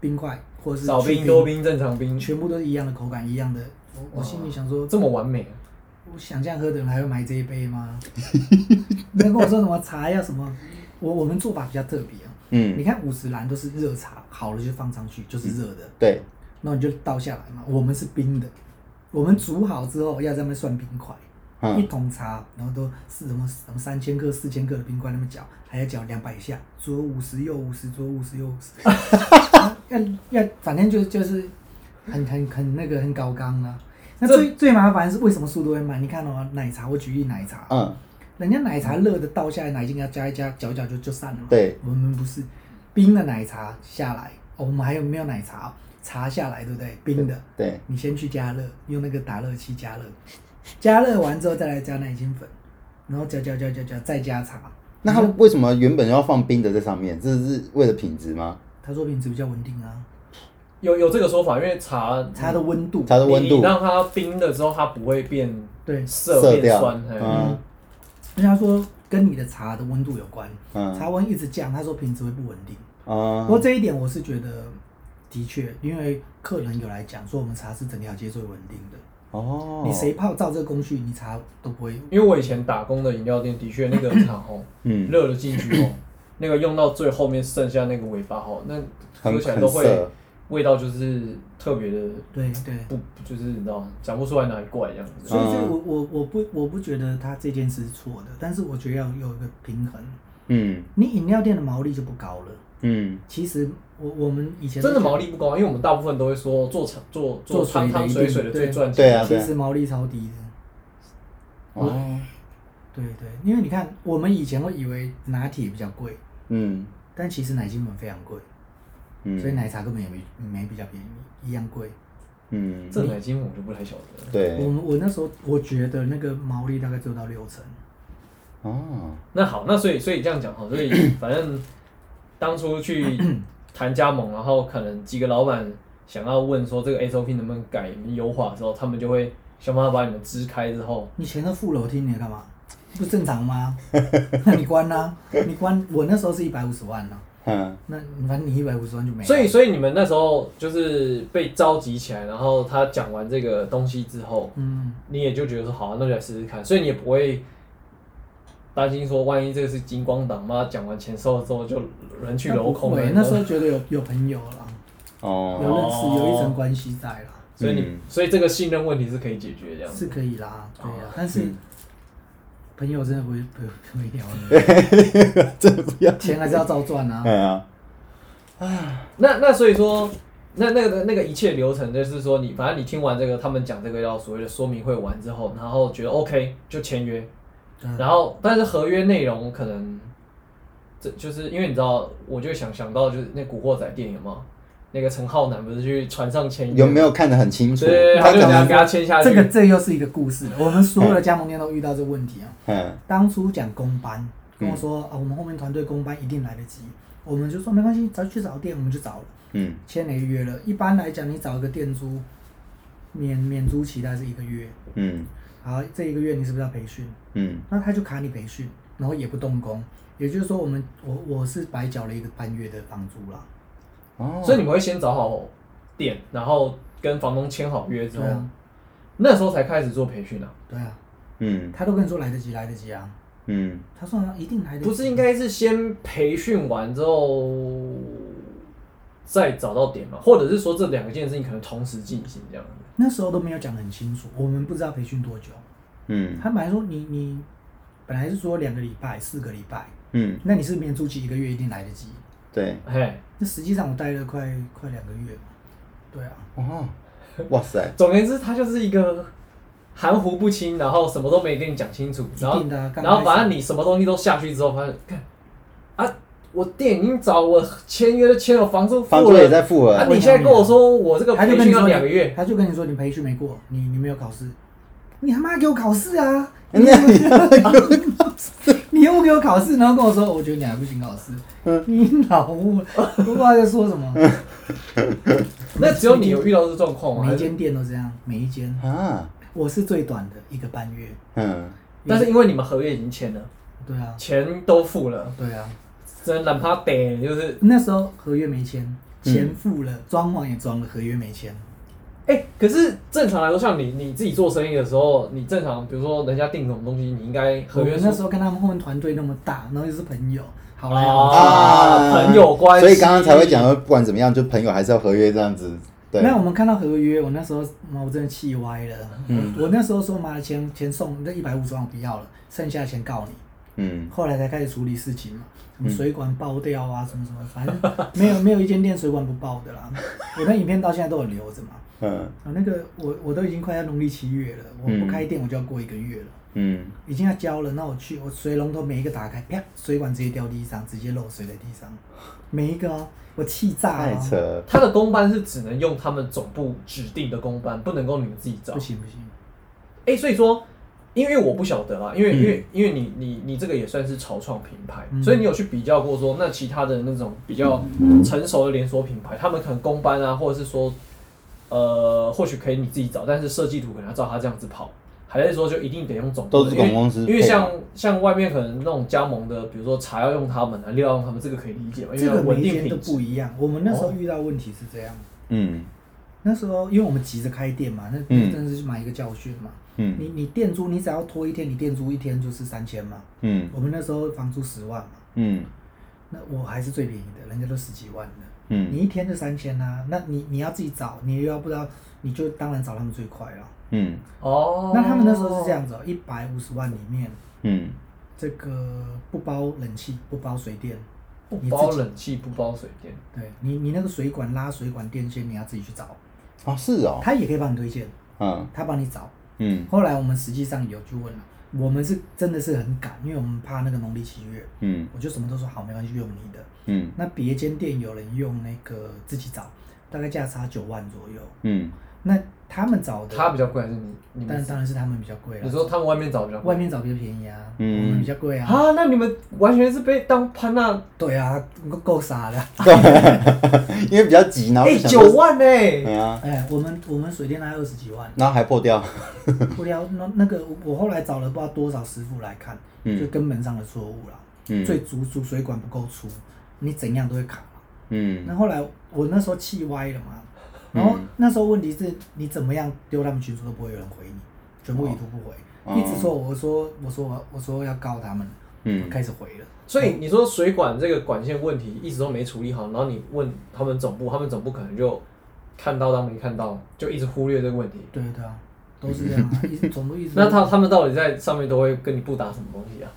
Speaker 3: 冰块或者是
Speaker 2: 少
Speaker 3: 去
Speaker 2: 冰多冰正常冰，
Speaker 3: 全部都是一样的口感，一样的。我我心里想说，
Speaker 2: 这么完美、啊。
Speaker 3: 我想这样喝的人还会买这一杯吗？你跟我说什么茶要什么？我我们做法比较特别、啊、你
Speaker 1: 嗯，
Speaker 3: 看五十兰都是热茶，好了就放上去，就是热的，
Speaker 1: 对，
Speaker 3: 那、你就倒下来嘛。我们是冰的，我们煮好之后要在那边算冰块，一
Speaker 1: 嗯，
Speaker 3: 桶茶，然后都是什么什么三千克、四千克的冰块那么搅，还要搅两百下，左五十右五十，左五十右五 十，要要反正就就是很很很那个很高纲啊。那
Speaker 2: 这
Speaker 3: 最最麻烦是为什么速度会慢？你看哦，奶茶我举例奶茶，
Speaker 1: 嗯，
Speaker 3: 人家奶茶热的倒下来，奶精给它加一加，搅一搅就就散了嘛。
Speaker 1: 对，
Speaker 3: 我们不是冰的奶茶下来，哦，我们还有没有奶茶哦？茶下来对不对？冰的，
Speaker 1: 对，
Speaker 3: 你先去加热，用那个打热器加热，加热完之后再来加奶精粉，然后搅搅搅搅搅，再加茶，
Speaker 1: 那他们为什么原本要放冰的在上面？这是为了品质吗？
Speaker 3: 他说品质比较稳定啊，
Speaker 2: 有有这个说法，因为茶
Speaker 3: 它的温度，
Speaker 1: 它的温
Speaker 2: 你
Speaker 1: 度
Speaker 2: 让它冰了之后，它不会变
Speaker 3: 对，
Speaker 2: 涩
Speaker 1: 涩
Speaker 2: 变
Speaker 1: 掉
Speaker 2: 酸，嘿
Speaker 1: 嗯
Speaker 3: 人家说跟你的茶的温度有关，
Speaker 1: 嗯
Speaker 3: 茶温一直降，他说品质会不稳定。不过
Speaker 1: 啊，
Speaker 3: 这一点我是觉得，的确，因为客人有来讲说我们茶是整条街最稳定的，
Speaker 1: 哦，
Speaker 3: 你谁泡照这个工序，你茶都不会。
Speaker 2: 因为我以前打工的饮料店，的确那 个茶哦，
Speaker 1: 嗯，
Speaker 2: 热了进去哦，那个用到最后面剩下那个尾巴哦，那喝
Speaker 1: 很
Speaker 2: 起来
Speaker 1: 很
Speaker 2: 都会
Speaker 1: 涩，
Speaker 2: 味道就是特别的
Speaker 3: 对对，
Speaker 2: 不，就是你知道讲不出来哪里怪这样子。
Speaker 3: 所以所以我我我不我不觉得他这件事是错的，但是我觉得要有一个平衡。
Speaker 1: 嗯
Speaker 3: 你饮料店的毛利就不高了。
Speaker 1: 嗯
Speaker 3: 其实我我们以前
Speaker 2: 真的毛利不高，啊因为我们大部分都会说做厂做
Speaker 3: 做水
Speaker 2: 汤
Speaker 3: 的
Speaker 2: 汤
Speaker 3: 一
Speaker 2: 水
Speaker 3: 定
Speaker 2: 水的最
Speaker 3: 对
Speaker 2: 赚钱。
Speaker 1: 对啊
Speaker 3: 其实毛利超低的。
Speaker 1: 哦
Speaker 3: 对对，因为你看我们以前会以为拿铁比较贵，
Speaker 1: 嗯
Speaker 3: 但其实奶精粉非常贵，
Speaker 1: 嗯，
Speaker 3: 所以奶茶根本也没没比较便宜，一样贵。
Speaker 1: 嗯
Speaker 2: 这奶精我就不太晓得了。
Speaker 1: 对
Speaker 3: 我们我那时候我觉得那个毛利大概做到六成，
Speaker 1: 哦
Speaker 2: 那好，那所以所以这样讲哈，所 以反正当初去谈加盟，然后可能几个老板想要问说这个 SOP 能不能改能优化的时候，他们就会想办法把你们支开之后，
Speaker 3: 你钱都付了，我听你的干嘛？不正常 吗？那你关啦、你关我那时候是一百五十万呢、啊
Speaker 1: 嗯
Speaker 3: 那反正你一百五十万就没了。
Speaker 2: 所以所以你们那时候就是被召集起来，然后他讲完这个东西之后，
Speaker 3: 嗯，
Speaker 2: 你也就觉得说好、啊，那就来试试看，所以你也不会担心说万一这个是金光党妈讲完钱收了之后就人去楼空了
Speaker 3: 对，，那时候觉得有有朋友了，有
Speaker 1: 哦
Speaker 3: 认识，有一层关系在啦。
Speaker 2: 所以你、
Speaker 1: 嗯
Speaker 2: 所以这个信任问题是可以解决这样
Speaker 3: 是
Speaker 2: 子。
Speaker 3: 可以啦，对呀、
Speaker 2: 哦
Speaker 3: 但是
Speaker 1: 嗯
Speaker 3: 朋友真的不会 不会不会 聊
Speaker 1: 这不要
Speaker 3: 你，钱还是要照赚啊。
Speaker 1: 嗯啊
Speaker 2: 那那所以说，那那个那个一切流程就是说你，反正你听完这个他们讲这个要所谓的说明会完之后，然后觉得 OK 就签约，
Speaker 3: 对啊
Speaker 2: 然后但是合约内容可能这就是因为你知道，我就想想到就是那古惑仔电影嘛，那个陈浩南不是去船上签约
Speaker 1: 有啊没有看得很清楚？
Speaker 2: 对，
Speaker 1: 他
Speaker 2: 他就
Speaker 1: 可
Speaker 2: 想要
Speaker 1: 能
Speaker 2: 给他签下去。
Speaker 3: 这 个这又是一个故事了，我们所有的加盟店都遇到这个问题啊。
Speaker 1: 嗯
Speaker 3: 当初讲公班，跟我
Speaker 2: 嗯
Speaker 3: 说啊，我们后面团队公班一定来得及，我们就说没关系，找去找店，我们就找了，
Speaker 1: 嗯
Speaker 3: 签了一个约了。一般来讲，你找一个店租，免免租期大概是一个月，
Speaker 1: 嗯
Speaker 3: 好，这一个月你是不是要培训？
Speaker 1: 嗯
Speaker 3: 那他就卡你培训，然后也不动工，也就是说我们我我是白缴了一个半月的房租啦。
Speaker 1: 哦，
Speaker 2: 所以你们会先找好店，然后跟房东签好约之后，
Speaker 3: 对啊
Speaker 2: 那时候才开始做培训啊。
Speaker 3: 对啊，
Speaker 1: 嗯
Speaker 3: 他都跟你说来得及，来得及啊。
Speaker 1: 嗯
Speaker 3: 他说啊一定来得及，
Speaker 2: 不是应该是先培训完之后再找到点嘛？或者是说这两件事情可能同时进行这样子？
Speaker 3: 那时候都没有讲得很清楚，我们不知道培训多久。
Speaker 1: 嗯
Speaker 3: 他本来说你你本来是说两个礼拜、四个礼拜，
Speaker 1: 嗯，
Speaker 3: 那你是免租期一个月一定来得及。
Speaker 1: 对
Speaker 2: 嘿，
Speaker 3: 那实际上我待了快快两个月嘛，对啊，
Speaker 1: 哦，哇塞，
Speaker 2: 总而言之，它就是一个含糊不清，然后什么都没跟你讲清楚，然
Speaker 3: 一
Speaker 2: 后
Speaker 3: 定的啊刚
Speaker 2: 然后
Speaker 3: 开始
Speaker 2: 反正你什么东西都下去之后，发现看啊，我店已经找我签约都签了，房租付
Speaker 1: 房
Speaker 2: 了，
Speaker 1: 租也在付
Speaker 2: 啊，
Speaker 1: 了，
Speaker 2: 你现在跟我说我这个
Speaker 3: 他就
Speaker 2: 培
Speaker 3: 跟
Speaker 2: 训
Speaker 3: 你
Speaker 2: 要
Speaker 3: 说
Speaker 2: 两个月，
Speaker 3: 他就跟你说你培训没过，你你没有考试，你他妈给我考试啊！
Speaker 1: 那你
Speaker 3: 你又不给我考试，然后跟我说，我觉得你还不行考试，你脑雾，我不知道在说什么。
Speaker 2: 那只有你有遇到这状况啊吗？
Speaker 3: 每
Speaker 2: 还
Speaker 3: 一
Speaker 2: 是
Speaker 3: 间店都这样，每一间，
Speaker 1: 啊，
Speaker 3: 我是最短的一个半月。
Speaker 1: 嗯
Speaker 2: 但是因为你们合约已经签了，
Speaker 3: 对啊，
Speaker 2: 钱都付了，
Speaker 3: 对啊，
Speaker 2: 只能懒趴得，就是
Speaker 3: 那时候合约没签，钱付了，装潢也装了，合约没签。
Speaker 2: 哎、可是正常来说，像你你自己做生意的时候，你正常，比如说人家订什么东西，你应该合
Speaker 3: 我
Speaker 2: 约
Speaker 3: 们那
Speaker 2: 书
Speaker 3: 时候跟他们后面团队那么大，然后又是朋友，好来好去。
Speaker 2: 啊朋友关系
Speaker 1: 所以刚刚才会讲说，不管怎么样，就朋友还是要合约这样子，对，
Speaker 3: 那我们看到合约，我那时候妈，我真的气歪了。我我那时候说妈的钱钱送那一百五十万我不要了，剩下的钱告你。
Speaker 1: 嗯
Speaker 3: 后来才开始处理事情嘛，什么水管爆掉啊，什么什么，反正没有没有一间店水管不爆 的啦。我那影片到现在都有留着嘛。
Speaker 1: 嗯
Speaker 3: 啊，那个我我都已经快要农历七月了，我
Speaker 1: 嗯
Speaker 3: 不开店我就要过一个月了，
Speaker 1: 嗯
Speaker 3: 已经要交了。那我去，我水龙头每一个打开，啪，水管直接掉地上，直接漏水在地上，每一个哦，我气炸
Speaker 1: 太
Speaker 3: 了、
Speaker 1: 扯了，
Speaker 2: 他的公班是只能用他们总部指定的公班，不能够你们自己找
Speaker 3: 不。行不行，
Speaker 2: 哎、所以说因为我不晓得啊啦，因为、因
Speaker 1: 嗯
Speaker 2: 为因为你你你这个也算是潮创品牌，所以你有去比较过说，那其他的那种比较成熟的连锁品牌，他们可能公班啊，或者是说，呃，或许可以你自己找，但是设计图可能要照他这样子跑，还是说就一定得用总部
Speaker 1: 都
Speaker 2: 的
Speaker 1: 是
Speaker 2: 因为
Speaker 1: 总公司
Speaker 2: 因为
Speaker 1: 配的
Speaker 2: 像像外面可能那种加盟的，比如说茶要用他们啊，料要用他们，这个可以理解嘛，因为
Speaker 3: 这
Speaker 2: 要
Speaker 3: 个每
Speaker 2: 哎稳
Speaker 3: 一
Speaker 2: 定
Speaker 3: 间都
Speaker 2: 品
Speaker 3: 不
Speaker 2: 质。哦
Speaker 3: 一样。我们那时候遇到问题是这样，
Speaker 1: 嗯
Speaker 3: 那时候因为我们急着开店嘛，那
Speaker 1: 嗯
Speaker 3: 真的是买一个教训嘛。
Speaker 1: 嗯
Speaker 3: 你你店租，你只要拖一天，你店租一天就是三千嘛。
Speaker 1: 嗯
Speaker 3: 我们那时候房租十万嘛，
Speaker 1: 嗯
Speaker 3: 那我还是最便宜的，人家都十几万的。你
Speaker 1: 嗯
Speaker 3: 一天就三千啊，那你你要自己找，你又要不知道，你就当然找他们最快了。
Speaker 1: 嗯
Speaker 2: 哦，
Speaker 3: 那他们那时候是这样子、哦，一百五十万里面，
Speaker 1: 嗯，
Speaker 3: 这个不包冷气，不包水电，
Speaker 2: 不
Speaker 3: 你自
Speaker 2: 包
Speaker 3: 己
Speaker 2: 冷气，不包水电，
Speaker 3: 对你你那个水管拉水管电线你要自己去找，
Speaker 1: 啊是哦，
Speaker 3: 他也可以帮你推荐，
Speaker 1: 嗯
Speaker 3: 他帮你找。
Speaker 1: 嗯
Speaker 3: 后来我们实际上有去问了，我们是真的是很赶，因为我们怕那个农历七月，
Speaker 1: 嗯
Speaker 3: 我就什么都说好，没关系，用你的。
Speaker 1: 嗯
Speaker 3: 那别间店有人用那个自己找，大概价差九万左右，
Speaker 1: 嗯
Speaker 3: 那他们找的，
Speaker 2: 他比较贵还是你你
Speaker 3: 但
Speaker 2: 们？
Speaker 3: 当然是他们比较贵了。
Speaker 2: 你说他们外面找比较贵
Speaker 3: 外面找比较便宜啊，
Speaker 1: 嗯
Speaker 3: 我们比较贵啊。
Speaker 2: 啊？那你们完全是被当潘娜
Speaker 3: 对啊，够够傻的。
Speaker 1: 因为比较急，然后
Speaker 2: 哎
Speaker 1: 就想
Speaker 2: 九万呢、
Speaker 1: 对啊，，
Speaker 3: 哎，我们我们水电大概二十几万
Speaker 1: 然后还破掉，
Speaker 2: 嗯
Speaker 3: 不料那那个我我后来找了不知道多少师傅来看，
Speaker 1: 嗯
Speaker 3: 就根本上的错误了。
Speaker 1: 嗯
Speaker 3: 最主主水管不够粗，你怎样都会卡。那
Speaker 1: 嗯
Speaker 3: 后来我那时候气歪了嘛，然后那时候问题是你怎么样丢他们群主都不会有人回你，全部已读不回，
Speaker 1: 哦
Speaker 3: 一直说我说我说我我说要告他们，
Speaker 1: 嗯
Speaker 3: 开始回了。
Speaker 2: 所以你说水管这个管线问题一直都没处理好，然后你问他们总部，他们总部可能就看到当没看到，就一直忽略这个问题。
Speaker 3: 对对啊，都是这样
Speaker 1: 嗯
Speaker 3: 啊，一直总部一直
Speaker 2: 那他他们到底在上面都会跟你不打什么东西啊？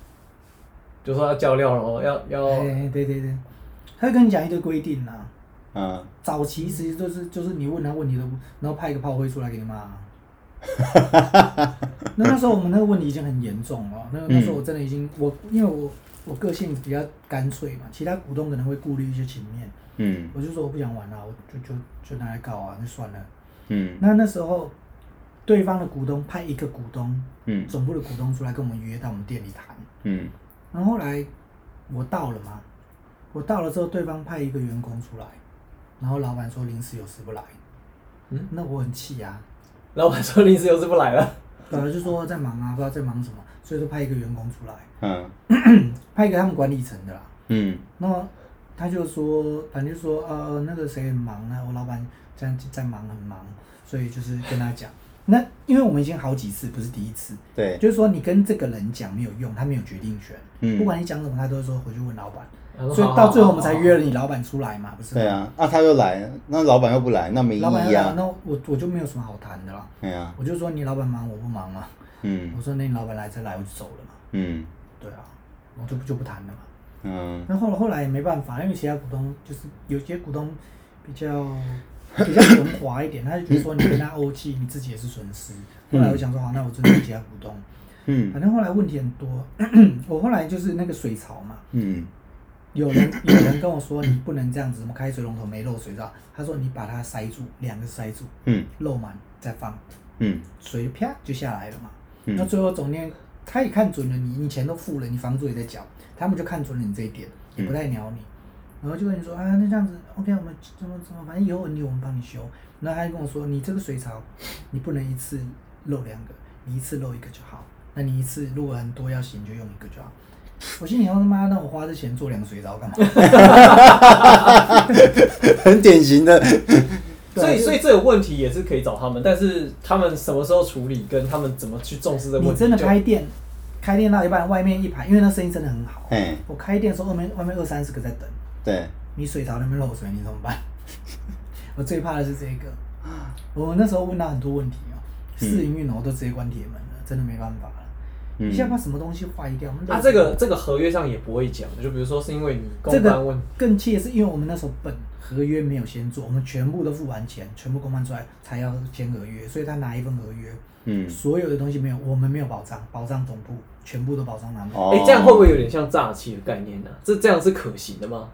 Speaker 2: 就说要叫料咯，要要
Speaker 3: 哎，对对对，他会跟你讲一堆规定啊。
Speaker 1: 嗯，
Speaker 3: 早期其实就是就是你问他问题都不，然后派一个炮灰出来给你骂啊。那那时候我们那个问题已经很严重了，那那时候我真的已经我因为我我个性比较干脆嘛，其他股东可能会顾虑一些情面，
Speaker 1: 嗯
Speaker 3: 我就说我不想玩了、我就就就拿来搞啊，那算了。
Speaker 1: 嗯
Speaker 3: 那那时候对方的股东派一个股东，
Speaker 1: 嗯
Speaker 3: 总部的股东出来跟我们约到我们店里谈，
Speaker 1: 嗯
Speaker 3: 然后后来我到了嘛，我到了之后，对方派一个员工出来，然后老板说临时有事不来，
Speaker 2: 嗯，
Speaker 3: 那我很气啊，
Speaker 2: 老板说临时有事不来 了，
Speaker 3: 本来就说在忙啊，不知道在忙什么，所以就派一个员工出来，
Speaker 1: 嗯
Speaker 3: 派一个他们管理层的啦。
Speaker 1: 嗯
Speaker 3: 那他就说，反正就说呃那个谁很忙啊，我老板这样在忙很忙，所以就是跟他讲。那因为我们已经好几次，不是第一次，
Speaker 1: 对，
Speaker 3: 就是说你跟这个人讲没有用，他没有决定权，
Speaker 1: 嗯
Speaker 3: 不管你讲什么，他都会说回去问老板。
Speaker 2: 然后
Speaker 3: 所以
Speaker 2: 好
Speaker 3: 到最后我们才约
Speaker 2: 好
Speaker 3: 了你老板出来嘛，不是？
Speaker 1: 对。啊，那他又来，那老板又不来，那没意
Speaker 3: 老板
Speaker 1: 义
Speaker 3: 要来，
Speaker 1: 啊，
Speaker 3: 那我我就没有什么好谈的啦。
Speaker 1: 对啊，
Speaker 3: 我就说你老板忙，我不忙嘛。
Speaker 1: 嗯
Speaker 3: 我说那你老板来再来，我就走了嘛。
Speaker 1: 嗯
Speaker 3: 对啊，我就不就不谈了嘛。
Speaker 1: 嗯
Speaker 3: 那后后来也没办法，因为其他股东就是有些股东比较比较圆滑一点，他就觉得说你跟他怄气，你自己也是损失。后来我想说好，那我尊重其他股东。
Speaker 1: 嗯
Speaker 3: 反正后来问题很多， 我后来就是那个水槽嘛，
Speaker 1: 嗯
Speaker 3: 有人有人跟我说你不能这样子，什么开水龙头没漏水是吧？他说你把它塞住，两个塞住，
Speaker 1: 嗯
Speaker 3: 漏满再放，
Speaker 1: 嗯
Speaker 3: 水啪就下来了嘛。
Speaker 1: 嗯
Speaker 3: 那最后总监他也看准了你，你钱都付了，你房租也在缴，他们就看准了你这一点，也不太鸟你，然后就跟你说啊，那这样子 OK，我们怎么怎么，反正有问题我们帮你修。然后他还跟我说，你这个水槽你不能一次漏两个，你一次漏一个就好。那你一次如果很多要洗，你就用一个就好。我心里想说，他妈，那我花这钱做两个水槽干嘛？
Speaker 1: 很典型的，
Speaker 2: 所以
Speaker 3: 对
Speaker 2: 所以这个问题也是可以找他们，但是他们什么时候处理，跟他们怎么去重视这个问
Speaker 3: 你
Speaker 2: 题，
Speaker 3: 真的
Speaker 2: 就
Speaker 3: 开店，开店到一半，外面一排，因为那生意真的很好。
Speaker 1: 哎，
Speaker 3: 我开店的时候，外面外面二三十个在等，
Speaker 1: 对，
Speaker 3: 你水槽那边漏水，你怎么办？ 我最怕的是这个。我那时候问他很多问题哦、试营运哦，我都直接关铁门了，真的没办法了。
Speaker 1: 嗯
Speaker 3: 一下把什么东西坏掉，我们都
Speaker 2: 啊，这个这个合约上也不会讲，就比如说是因为你
Speaker 3: 这
Speaker 2: 公办
Speaker 3: 个
Speaker 2: 问
Speaker 3: 更气的是，因为我们那时候本合约没有先做，我们全部都付完钱，全部公办出来才要签合约，所以他拿一份合约，
Speaker 1: 嗯
Speaker 3: 所有的东西没有，我们没有保障，保障总部全部都保障他们。
Speaker 1: 哦
Speaker 2: 哎、这样会不会有点像诈欺的概念呢、这这样是可行的吗？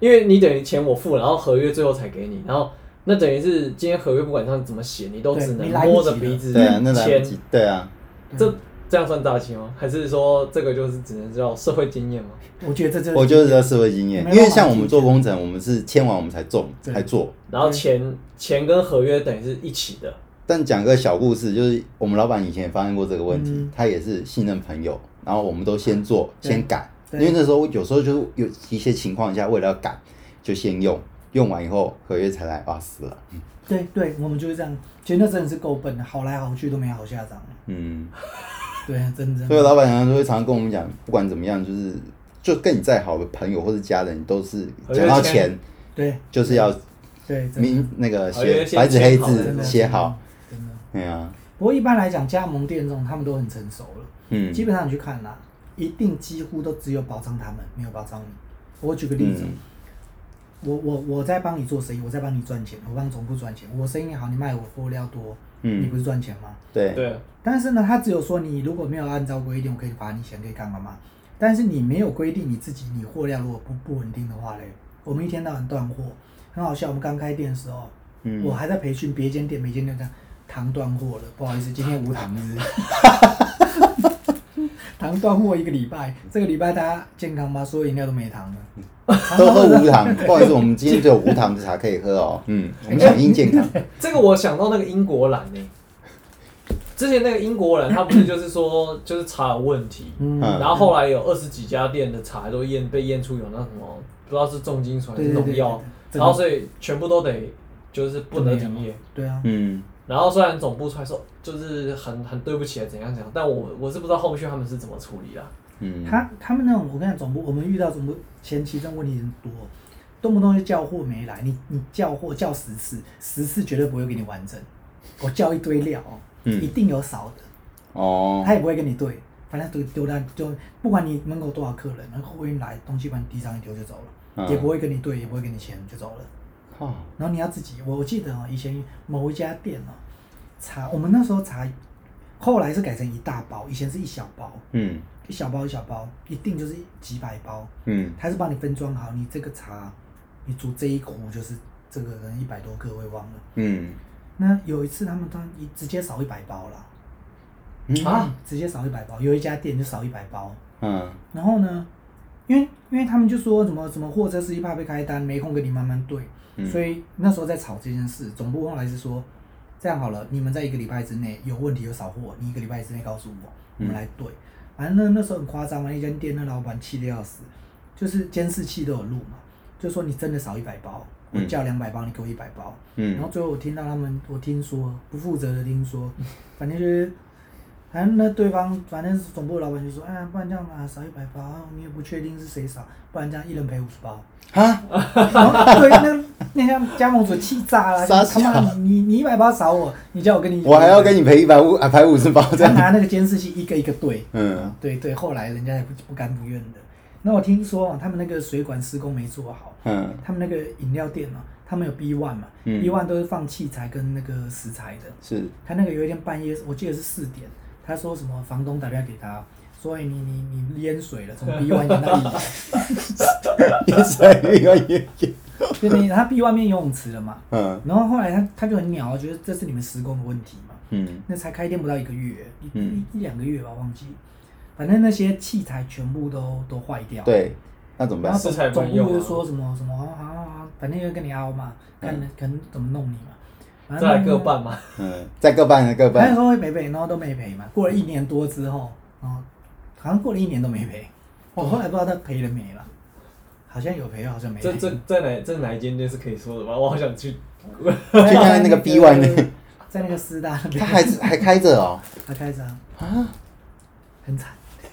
Speaker 2: 因为你等于钱我付了，然后合约最后才给你，然后那等于是今天合约不管上怎么写，你都
Speaker 3: 对
Speaker 2: 只能
Speaker 3: 你来不及
Speaker 2: 摸着
Speaker 3: 了
Speaker 2: 鼻子
Speaker 1: 对啊，那来不
Speaker 2: 签。
Speaker 1: 及，对啊，
Speaker 2: 这这样算诈欺吗？还是说这个就是只能叫社会经验吗？
Speaker 3: 我觉得这就
Speaker 1: 我就是要社会经验
Speaker 3: 没，办
Speaker 1: 因
Speaker 3: 法
Speaker 1: 为像我们做工程，我们是签完我们才做，
Speaker 3: 对
Speaker 1: 才做。
Speaker 2: 然后
Speaker 3: 嗯
Speaker 2: 钱钱跟合约等于是一起的，
Speaker 1: 但讲个小故事，就是我们老板以前也发生过这个问题，
Speaker 3: 嗯
Speaker 1: 他也是信任朋友，然后我们都先做，
Speaker 3: 对
Speaker 1: 先改，因
Speaker 3: 对
Speaker 1: 为那时候有时候就是有一些情况下，为了要改，就先用，用完以后合约才来，啊死了，
Speaker 3: 对对，我们就是这样。其实那真的是够笨的，好来好去都没好下场。
Speaker 1: 嗯，
Speaker 3: 对，真的。
Speaker 1: 所以老板娘都会常常跟我们讲，不管怎么样，就是就跟你再好的朋友或者家人，你都是
Speaker 2: 合约
Speaker 1: 讲到
Speaker 2: 签
Speaker 1: 钱
Speaker 3: 对
Speaker 1: 就是要
Speaker 3: 对，真的
Speaker 1: 明那个
Speaker 2: 合约
Speaker 1: 写
Speaker 2: 先
Speaker 1: 白纸
Speaker 2: 签
Speaker 1: 黑
Speaker 2: 好
Speaker 1: 字写好，，
Speaker 3: 真的真的。
Speaker 1: 对啊，
Speaker 3: 不过一般来讲，加盟店这种他们都很成熟了，
Speaker 1: 嗯，
Speaker 3: 基本上你去看啦，一定几乎都只有保障他们，没有保障你。我举个例子，
Speaker 1: 嗯
Speaker 3: 我我我在帮你做生意，我在帮你赚钱，我帮总部赚钱，我生意好，你卖我货料多，你不
Speaker 1: 嗯，
Speaker 3: 是赚钱吗？
Speaker 1: 对，
Speaker 2: 对，
Speaker 3: 但是呢，他只有说你如果没有按照规定，我可以罚你钱，可以干嘛嘛？但是你没有规定你自己，你货量如果不不稳定的话嘞，我们一天到晚断货，很好笑。我们刚开店的时候，
Speaker 1: 嗯
Speaker 3: 我还在培训别间店，每间店这样糖断货了，不好意思，今天无 糖日。 糖断货一个礼拜，这个礼拜大家健康吗？所有饮料都没糖了。
Speaker 1: 都喝无糖， 不好意思，我们今天只有无糖的茶可以喝哦。嗯，我们响应健康。
Speaker 2: 这个我想到那个英国蓝呢、之前那个英国人，他不是就是说就是茶有问题，
Speaker 1: 嗯
Speaker 3: 嗯，
Speaker 2: 然后后来有二十几家店的茶都验被验出有那什么不知道是重金属还
Speaker 3: 对
Speaker 2: 是
Speaker 3: 对对对
Speaker 2: 农药，
Speaker 3: 对
Speaker 2: 然后所以全部都得就是不能停业。
Speaker 3: 对啊，
Speaker 1: 嗯，
Speaker 2: 然后虽然总部出来说就是很很对不起啊怎样怎样，但我我是不知道后续他们是怎么处理啦。
Speaker 1: 嗯，
Speaker 3: 他他们那种，我跟你讲，总部我们遇到总部前期这种问题很多，动不动就叫货没来，你你叫货叫十次，十次绝对不会给你完整。我叫一堆料哦，
Speaker 1: 嗯
Speaker 3: 一定有少的，
Speaker 1: 哦
Speaker 3: 他，也不会跟你对，反正丢丢烂就不管你门口多少客人，然后货运来东西把你地上一丢就走了，
Speaker 1: 嗯
Speaker 3: 也不会跟你对，也不会给你钱就走了。
Speaker 1: 靠，
Speaker 3: 然后你要自己，我记得哦，以前某一家店哦，茶我们那时候茶，后来是改成一大包，以前是一小包，
Speaker 1: 嗯
Speaker 3: 一小包一小包，一定就是几百包。
Speaker 1: 嗯
Speaker 3: 它是帮你分装好，你这个茶，你煮这一壶就是这个可能一百多克，我也忘了。
Speaker 1: 嗯
Speaker 3: 那有一次他们当一直接少一百包啦，
Speaker 1: 嗯
Speaker 2: 啊
Speaker 3: 直接少一百包，有一家店就少一百包。
Speaker 1: 嗯
Speaker 3: 然后呢，因为因为他们就说什么什么货车司机怕被开单，没空跟你慢慢对，
Speaker 1: 嗯
Speaker 3: 所以那时候在吵这件事。总部后来是说，这样好了，你们在一个礼拜之内有问题有少货，你一个礼拜之内告诉我，我们来对。
Speaker 1: 嗯
Speaker 3: 反正那那时候很夸张啊嘛，那间店那老板气得要死，就是监视器都有录嘛，就说你真的少一百包，我
Speaker 1: 嗯
Speaker 3: 叫两百包，你给我一百包。然后
Speaker 1: 嗯
Speaker 3: 最后我听到他们，我听说不负责的听说，反正就是，反正那对方反正是总部的老板就说，哎呀，不然这样吧，少一百包，啊你也不确定是谁少，不然这样一人赔五十包。
Speaker 1: 啊，
Speaker 3: 然后对，那个那家加盟主气炸了，
Speaker 1: 傻
Speaker 3: 他妈
Speaker 1: 笑
Speaker 3: 你你你一百包少我，你叫我跟你，
Speaker 1: 我还要跟你赔一百五啊，赔五 十包这
Speaker 3: 他
Speaker 1: 样。
Speaker 3: 拿那个监视器一个一个对，
Speaker 1: 嗯
Speaker 3: 对对，后来人家也不不甘不愿的。那我听说啊他们那个水管施工没做好，
Speaker 1: 嗯
Speaker 3: 他们那个饮料店呢、他们有 B one 嘛、
Speaker 1: 嗯
Speaker 3: b one 都是放器材跟那个食材的。
Speaker 1: 是，
Speaker 3: 他那个有一天半夜，我记得是四点，他说什么房东打电话给他，说哎你你你淹水了，从 B one 淹到 一楼，
Speaker 1: 越水越越越，
Speaker 3: 就那他 B one 面游泳池了嘛。
Speaker 1: 嗯
Speaker 3: 然后后来他他就很鸟，啊觉得这是你们施工的问题嘛。
Speaker 1: 嗯
Speaker 3: 那才开店不到一个月，一、
Speaker 1: 嗯
Speaker 3: 一一两个月吧，忘记。反正那些器材全部都都坏掉。。
Speaker 1: 对，那怎么
Speaker 3: 然后
Speaker 1: 办？
Speaker 3: 总
Speaker 2: 食材不
Speaker 3: 总
Speaker 2: 能
Speaker 3: 部就
Speaker 2: 用啊
Speaker 3: 说什么什么啊啊啊，反正要跟你凹嘛，看
Speaker 1: 嗯
Speaker 3: 看怎么弄你嘛。反正
Speaker 2: 再来
Speaker 3: 弄
Speaker 2: 各
Speaker 3: 弄
Speaker 2: 半嘛，
Speaker 1: 嗯，再各半各
Speaker 3: 反
Speaker 1: 半，
Speaker 3: 正说会赔赔，然后都没赔嘛。过了一年多之后，然后好像过了一年都没赔。我后来不知道他赔了没了，好像有赔，好像没赔
Speaker 2: 这。这在哪在哪一间店是可以说的吗？我好想去。
Speaker 3: 在
Speaker 1: 去看那个 B one 呢，
Speaker 3: 在那个师大那边，
Speaker 1: 他还还开着哦
Speaker 3: 他开着啊，
Speaker 1: 啊！
Speaker 3: 很惨。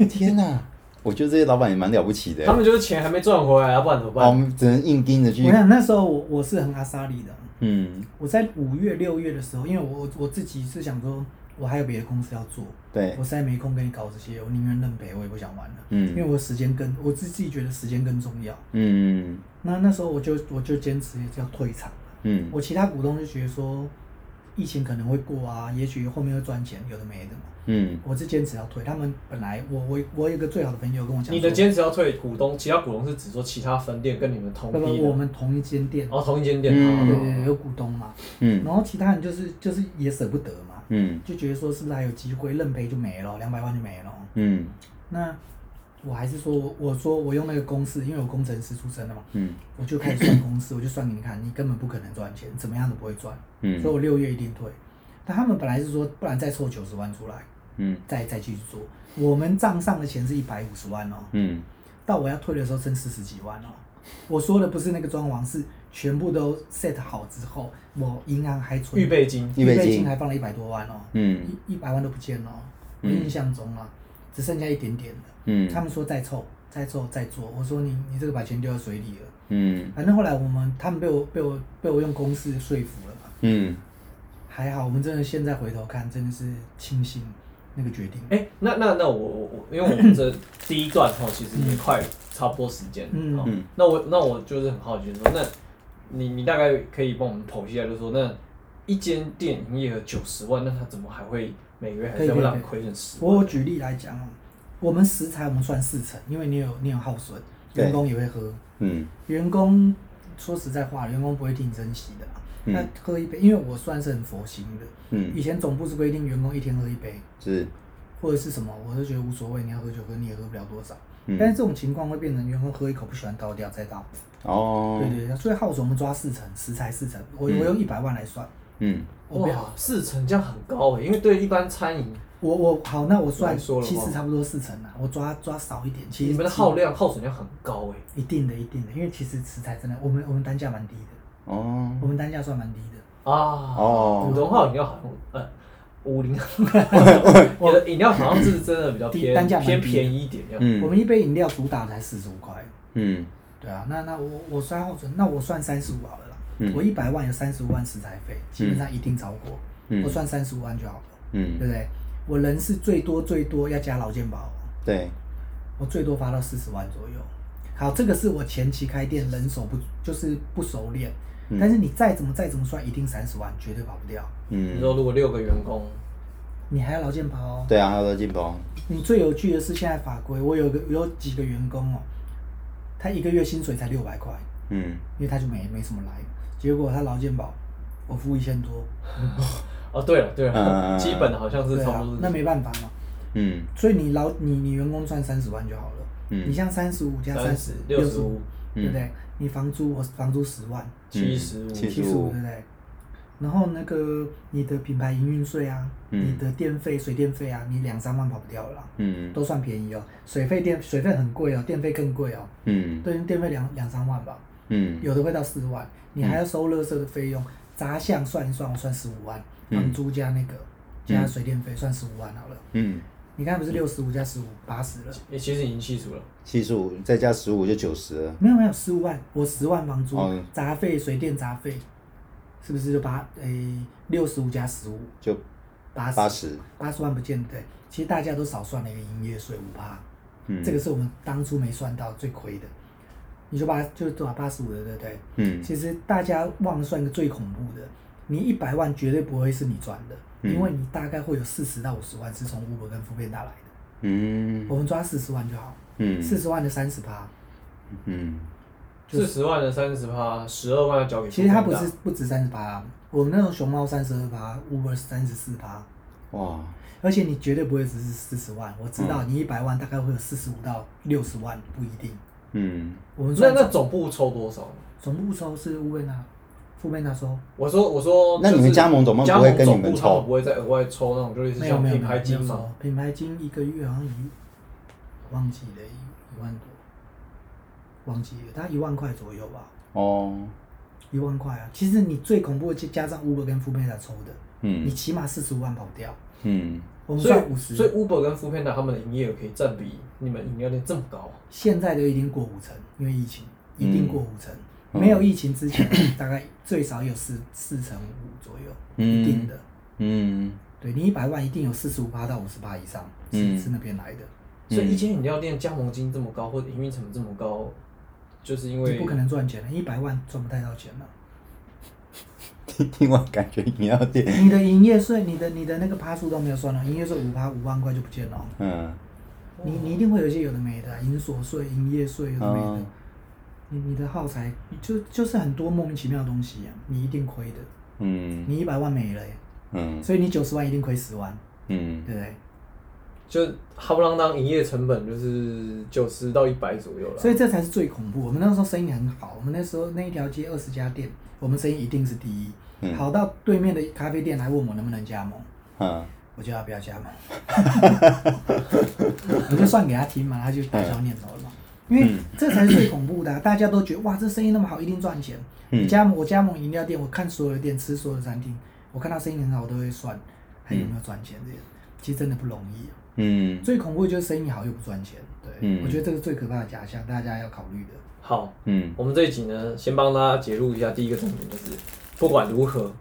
Speaker 1: 天哪， 我觉得这些老板也蛮了不起的哦
Speaker 2: 他，们就是钱还没赚回来啊，不然怎么
Speaker 3: 哦
Speaker 1: 我
Speaker 2: 办？
Speaker 1: 们只能硬盯着
Speaker 3: 我
Speaker 1: 去，
Speaker 3: 想那时候我我是很阿莎莉的，
Speaker 1: 嗯，
Speaker 3: 我在五月六月的时候，因为我我自己是想说，我还有别的公司要做，
Speaker 1: 对
Speaker 3: 我，实在没空跟你搞这些，我宁愿认赔，我也不想玩了。
Speaker 1: 嗯
Speaker 3: 因为我时间更，我自自己觉得时间更重要。
Speaker 1: 嗯
Speaker 3: 那那时候我就我就坚持要退场了。
Speaker 1: 嗯
Speaker 3: 我其他股东就觉得说，疫情可能会过啊，也许后面会赚钱，有的没的嘛。
Speaker 1: 嗯
Speaker 3: 我是坚持要退，他们本来我我我有一个最好的朋友跟我讲说，
Speaker 2: 你的坚持要退股东，其他股东是指说其他分店跟你们同
Speaker 3: 不
Speaker 2: 批的，
Speaker 3: 不，我们同一间店，
Speaker 2: 哦同一间店，
Speaker 1: 嗯
Speaker 2: 哦
Speaker 3: 对对对，有股东嘛，
Speaker 1: 嗯
Speaker 3: 然后其他人就是就是也舍不得嘛，
Speaker 1: 嗯
Speaker 3: 就觉得说是不是还有机会认赔就没了，两百万就没了。
Speaker 1: 嗯
Speaker 3: 那我还是说我我说我用那个公式，因为我工程师出身的嘛，
Speaker 1: 嗯
Speaker 3: 我就开始算公式，我就算给你看，你根本不可能赚钱，怎么样都不会赚，所以
Speaker 1: 嗯
Speaker 3: 我六月一定退。但他们本来是说，不然再凑九十万出来，
Speaker 1: 嗯
Speaker 3: 再再继续做。我们账上的钱是一百五十万哦，
Speaker 1: 嗯
Speaker 3: 到我要退的时候剩四十几万哦。我说的不是那个装潢，是全部都 set 好之后，我银行还存
Speaker 2: 预备金，
Speaker 1: 预备金
Speaker 3: 还放了一百多万哦，
Speaker 1: 嗯
Speaker 3: 一一百万都不见了哦，我
Speaker 1: 嗯
Speaker 3: 印象中啊，只剩下一点点了。他
Speaker 1: 嗯
Speaker 3: 们说再凑，再凑，再做。我说你你这个把钱丢到水里了。
Speaker 1: 嗯
Speaker 3: 反正后来我们他们被我被我被我用公式说服了嘛，
Speaker 1: 嗯，
Speaker 3: 还好我们真的现在回头看，真的是庆幸那个决定。
Speaker 2: 哎、那那那我我我，因为我们 这第一段哈，其实也快差不多时间
Speaker 3: 嗯
Speaker 2: 了。嗯
Speaker 1: 嗯，
Speaker 2: 那我那我就是很好奇说，那你你大概可以帮我们剖析一下，就是说那一间店营业额九十万，那他怎么还会每个月还
Speaker 3: 可以
Speaker 2: 是会
Speaker 3: 可以
Speaker 2: 让
Speaker 3: 可以
Speaker 2: 你亏损十
Speaker 3: 我
Speaker 2: 万？
Speaker 3: 举例来讲哦，我们食材我们算四成，因为你有你有耗损，
Speaker 1: 对
Speaker 3: 员工也会喝。
Speaker 1: 嗯
Speaker 3: 员工说实在话，员工不会替你珍惜的啦。
Speaker 1: 嗯
Speaker 3: 那喝一杯，因为我算是很佛心的。以
Speaker 1: 嗯，
Speaker 3: 前总部是规定员工一天喝一杯，
Speaker 1: 是，
Speaker 3: 或者是什么，我都觉得无所谓，你要喝就喝，你也喝不了多少。但是
Speaker 1: 嗯
Speaker 3: 这种情况会变成员工喝一口不喜欢倒掉再倒，
Speaker 1: 哦，
Speaker 3: 对对对，所以耗损我们抓四成，食材四成，我我
Speaker 1: 嗯
Speaker 3: 用一百万来算，
Speaker 1: 嗯
Speaker 3: 我不要，
Speaker 2: 哇，四成这样很高欸诶、因为对一般餐饮，
Speaker 3: 我我好，那我算
Speaker 2: 来说了
Speaker 3: 其实
Speaker 2: 话
Speaker 3: 差不多四成啊啦，我抓抓少一点，其实
Speaker 2: 你们的耗量耗损量很高欸诶、
Speaker 3: 一定的一定的，因为其实食材真的，我们我们单价蛮低的，
Speaker 1: 哦
Speaker 3: 我们单价算蛮低的，
Speaker 2: 啊，
Speaker 1: 哦
Speaker 2: 普通号饮料好像，呃，五 零，你的饮料好像是真的比较偏
Speaker 3: 单价蛮低
Speaker 2: 偏
Speaker 3: 的
Speaker 2: 便宜一点，这样，
Speaker 1: 嗯
Speaker 3: 我们一杯饮料主打才四十五块，
Speaker 1: 嗯
Speaker 3: 对啊，那那我我算耗损，那我算三十五好了啦，
Speaker 1: 嗯
Speaker 3: 我一百万有三十五万食材费，基本上一定超过，
Speaker 1: 嗯
Speaker 3: 我算三十五万就好了。对
Speaker 1: 嗯，
Speaker 3: 不对？我人是最多最多要加劳健保，
Speaker 1: 对，
Speaker 3: 我最多发到四十万左右。好，这个是我前期开店人手不就是不熟练，
Speaker 1: 嗯
Speaker 3: 但是你再怎么再怎么算，一定三十万绝对跑不掉。
Speaker 2: 你
Speaker 1: 嗯，
Speaker 2: 说如果六个员工，
Speaker 3: 你还要劳健保哦。
Speaker 1: 对啊，还有乐进鹏，
Speaker 3: 你最有趣的是现在法规，我有个有几个员工哦，他一个月薪水才六百块，
Speaker 1: 嗯
Speaker 3: 因为他就没没什么来，结果他劳健保我付一千多，
Speaker 2: 哦，对了对了，
Speaker 1: 嗯
Speaker 2: 基本好像是
Speaker 3: 对
Speaker 2: 差
Speaker 3: 啊
Speaker 2: 不多，，
Speaker 3: 那没办法嘛。
Speaker 1: 嗯
Speaker 3: 所以你劳你你员工赚三十万就好了，
Speaker 1: 嗯
Speaker 3: 你像三十五加
Speaker 2: 三
Speaker 3: 三
Speaker 2: 十
Speaker 3: 十
Speaker 2: 六十
Speaker 3: 十
Speaker 2: 五
Speaker 3: 五，对不对？你房租我房租十万，
Speaker 2: 七十五，
Speaker 1: 嗯七
Speaker 3: 七
Speaker 1: 十
Speaker 3: 十五，
Speaker 1: 五
Speaker 3: 对，不对？然后那个你的品牌营运税啊，
Speaker 1: 嗯
Speaker 3: 你的电费、水电费啊，你两三万跑不掉了啦，
Speaker 1: 嗯
Speaker 3: 都算便宜哦。水费电水费很贵哦，电费更贵哦，
Speaker 1: 嗯
Speaker 3: 对，电费两两三万吧，
Speaker 1: 嗯
Speaker 3: 有的会到四万。你还要收垃圾的费用，杂项算一算，我算十五万，
Speaker 1: 嗯
Speaker 3: 房租加那个加水电费算十五万好了。
Speaker 1: 嗯，
Speaker 3: 你刚才不是六十五加十五八十了？
Speaker 2: 诶其实已经七十五了，
Speaker 1: 七十五再加十五就九十了，
Speaker 3: 没有没有十五万，我十万房租、
Speaker 1: 哦
Speaker 3: 杂费、水电杂费，是不是就八诶六十五加十五
Speaker 1: 就
Speaker 3: 八
Speaker 1: 八
Speaker 3: 十
Speaker 1: 十，
Speaker 3: 八十万不见得对，其实大家都少算了一个营业税五趴，
Speaker 1: 嗯，
Speaker 3: 这个是我们当初没算到最亏的。你就把就多少八十五的对不对？
Speaker 1: 嗯
Speaker 3: 其实大家忘了算一个最恐怖的，你一百万绝对不会是你赚的，
Speaker 1: 嗯
Speaker 3: 因为你大概会有四十到五十万是从 Uber 跟 f o o 来的。
Speaker 1: 嗯
Speaker 3: 我们抓四十万就好，
Speaker 1: 嗯
Speaker 3: 四十万的三十趴，
Speaker 1: 嗯
Speaker 2: 四十万的三十趴，十二万要交给，
Speaker 3: 其实它不是，不止三十八，我们那种熊猫三十二趴，Uber 三十四趴，
Speaker 1: 哇
Speaker 3: 而且你绝对不会只是四十万，我知
Speaker 2: 嗯
Speaker 3: 道你一百万大概会有四十五到六十万，不一定。
Speaker 1: 嗯
Speaker 3: 我们
Speaker 2: 那
Speaker 3: 算
Speaker 2: 那总部抽多少？
Speaker 3: 总部收是 Uber 拿，副贝拿收，
Speaker 2: 我说我说，
Speaker 1: 那你们
Speaker 2: 就是
Speaker 1: 加盟总部
Speaker 2: 加
Speaker 1: 不会
Speaker 2: 盟
Speaker 1: 跟你
Speaker 2: 总
Speaker 1: 们
Speaker 2: 部他们
Speaker 1: 抽
Speaker 2: 不会再额外抽那种，就是
Speaker 3: 没有
Speaker 2: 像
Speaker 3: 没有
Speaker 2: 品
Speaker 3: 没
Speaker 2: 牌
Speaker 3: 有没
Speaker 2: 金
Speaker 3: 有收
Speaker 2: 嘛，，
Speaker 3: 品牌金一个月好像一忘记了一一万多，忘记了，大概一万块左右吧，
Speaker 1: 哦，
Speaker 3: 一万块啊。其实你最恐怖的就加上 Uber 跟副贝拿抽的，你
Speaker 1: 嗯
Speaker 3: 起码四十五万跑不掉，
Speaker 1: 嗯
Speaker 3: 我们
Speaker 2: 所
Speaker 3: 算
Speaker 2: 以
Speaker 3: 五十，
Speaker 2: 所以 Uber 跟 f o o p a n d 他们的营业额可以占比你们饮料店这么高啊，
Speaker 3: 现在都已经过五成，因为疫情一定过五成。
Speaker 1: 嗯
Speaker 3: 没有疫情之前， 大概最少有四四成五左右，
Speaker 1: 嗯
Speaker 3: 一定的。
Speaker 1: 嗯
Speaker 3: 对你一百万，一定有四十五趴到五十趴以上是、
Speaker 1: 嗯
Speaker 3: 是那边来的，
Speaker 2: 所以一间饮料店加盟金这么高，或者营运成本这么高，就是因
Speaker 3: 你
Speaker 2: 为
Speaker 3: 不可能赚钱的，一百万赚不太到钱了。
Speaker 1: 听听完感觉饮料店，
Speaker 3: 你的营业税，你的你的那个趴数都没有算了，营业税五趴五万块就不见了哦。
Speaker 1: 嗯
Speaker 3: 你你一定会有一些有的没的，营所税、营业税有的没的，
Speaker 1: 哦
Speaker 3: 你你的耗材就就是很多莫名其妙的东西、啊，你一定亏的，
Speaker 1: 嗯
Speaker 3: 你一百万没了耶。
Speaker 1: 嗯
Speaker 3: 所以你九十万一定亏十万，
Speaker 1: 嗯
Speaker 3: 对不对？
Speaker 2: 就浩不浪当营业成本就是九十到一百左右了。
Speaker 3: 所以这才是最恐怖。我们那时候生意很好，我们那时候那一条街二十家店，我们生意一定是第一，
Speaker 1: 嗯
Speaker 3: 好到对面的咖啡店来问我能不能加盟，
Speaker 1: 啊
Speaker 3: 我就要不要加盟， 我就算给他听嘛，他就打消念头了嘛。因为这才是最恐怖的啊、大家都觉得哇，这生意那么好，一定赚钱。
Speaker 1: 嗯
Speaker 3: 你加盟我加盟饮料店，我看所有的店，吃所有的餐厅，我看到生意很好，我都会算还有没有赚钱这些。其实真的不容易、
Speaker 1: 嗯
Speaker 3: 最恐怖的就是生意好又不赚钱，对，
Speaker 1: 嗯
Speaker 3: 我觉得这个最可怕的假象，大家要考虑的。
Speaker 2: 好，
Speaker 1: 嗯
Speaker 2: 我们这一集呢，先帮大家解录一下第一个重点，就是不管如何，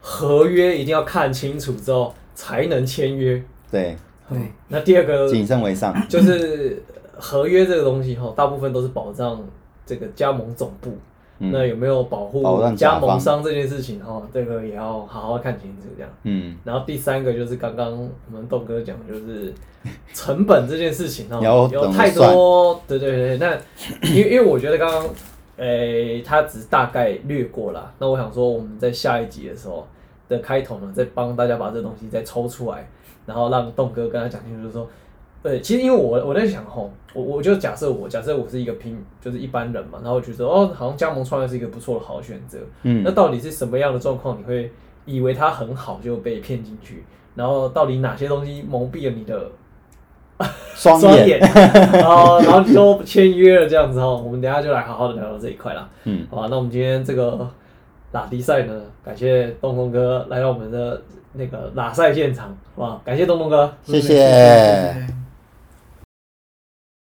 Speaker 2: 合约一定要看清楚之后才能签约。
Speaker 1: 对，
Speaker 3: 对，
Speaker 2: 那第二
Speaker 3: 呃
Speaker 2: 个
Speaker 1: 谨慎为上，
Speaker 2: 就是合约这个东西哈，大部分都是保障这个加盟总部。
Speaker 1: 嗯
Speaker 2: 那有没有保护
Speaker 1: 保障甲
Speaker 2: 加
Speaker 1: 方
Speaker 2: 盟商这件事情哈？这个也要好好看清楚这样。
Speaker 1: 嗯，
Speaker 2: 然后第三个就是刚刚我们栋哥讲，的，就是成本这件事 情哦，
Speaker 1: 你要懂
Speaker 2: 有
Speaker 1: 得
Speaker 2: 太多，对对对。那因为因为我觉得刚刚，诶、他只是大概略过啦。那我想说，我们在下一集的时候的开头呢，再帮大家把这东西再抽出来，然后让栋哥跟他讲清楚，就是说。对，其实因为我我在想吼，我我就假设我假设我是一个平就是一般人嘛，然后我觉得哦，好像加盟创业是一个不错的好选择，
Speaker 1: 嗯
Speaker 2: 那到底是什么样的状况，你会以为它很好就被骗进去？然后到底哪些东西蒙蔽了你的
Speaker 1: 双眼，
Speaker 2: 眼？然后然后你就签约了这样子哦。我们等一下就来好好的聊聊这一块啦。
Speaker 1: 嗯，
Speaker 2: 好吧，那我们今天这个拉迪赛呢，感谢东东哥来到我们的那个拉赛现场，好吧？感谢东东哥。
Speaker 1: 谢
Speaker 3: 对
Speaker 1: 谢。
Speaker 3: 对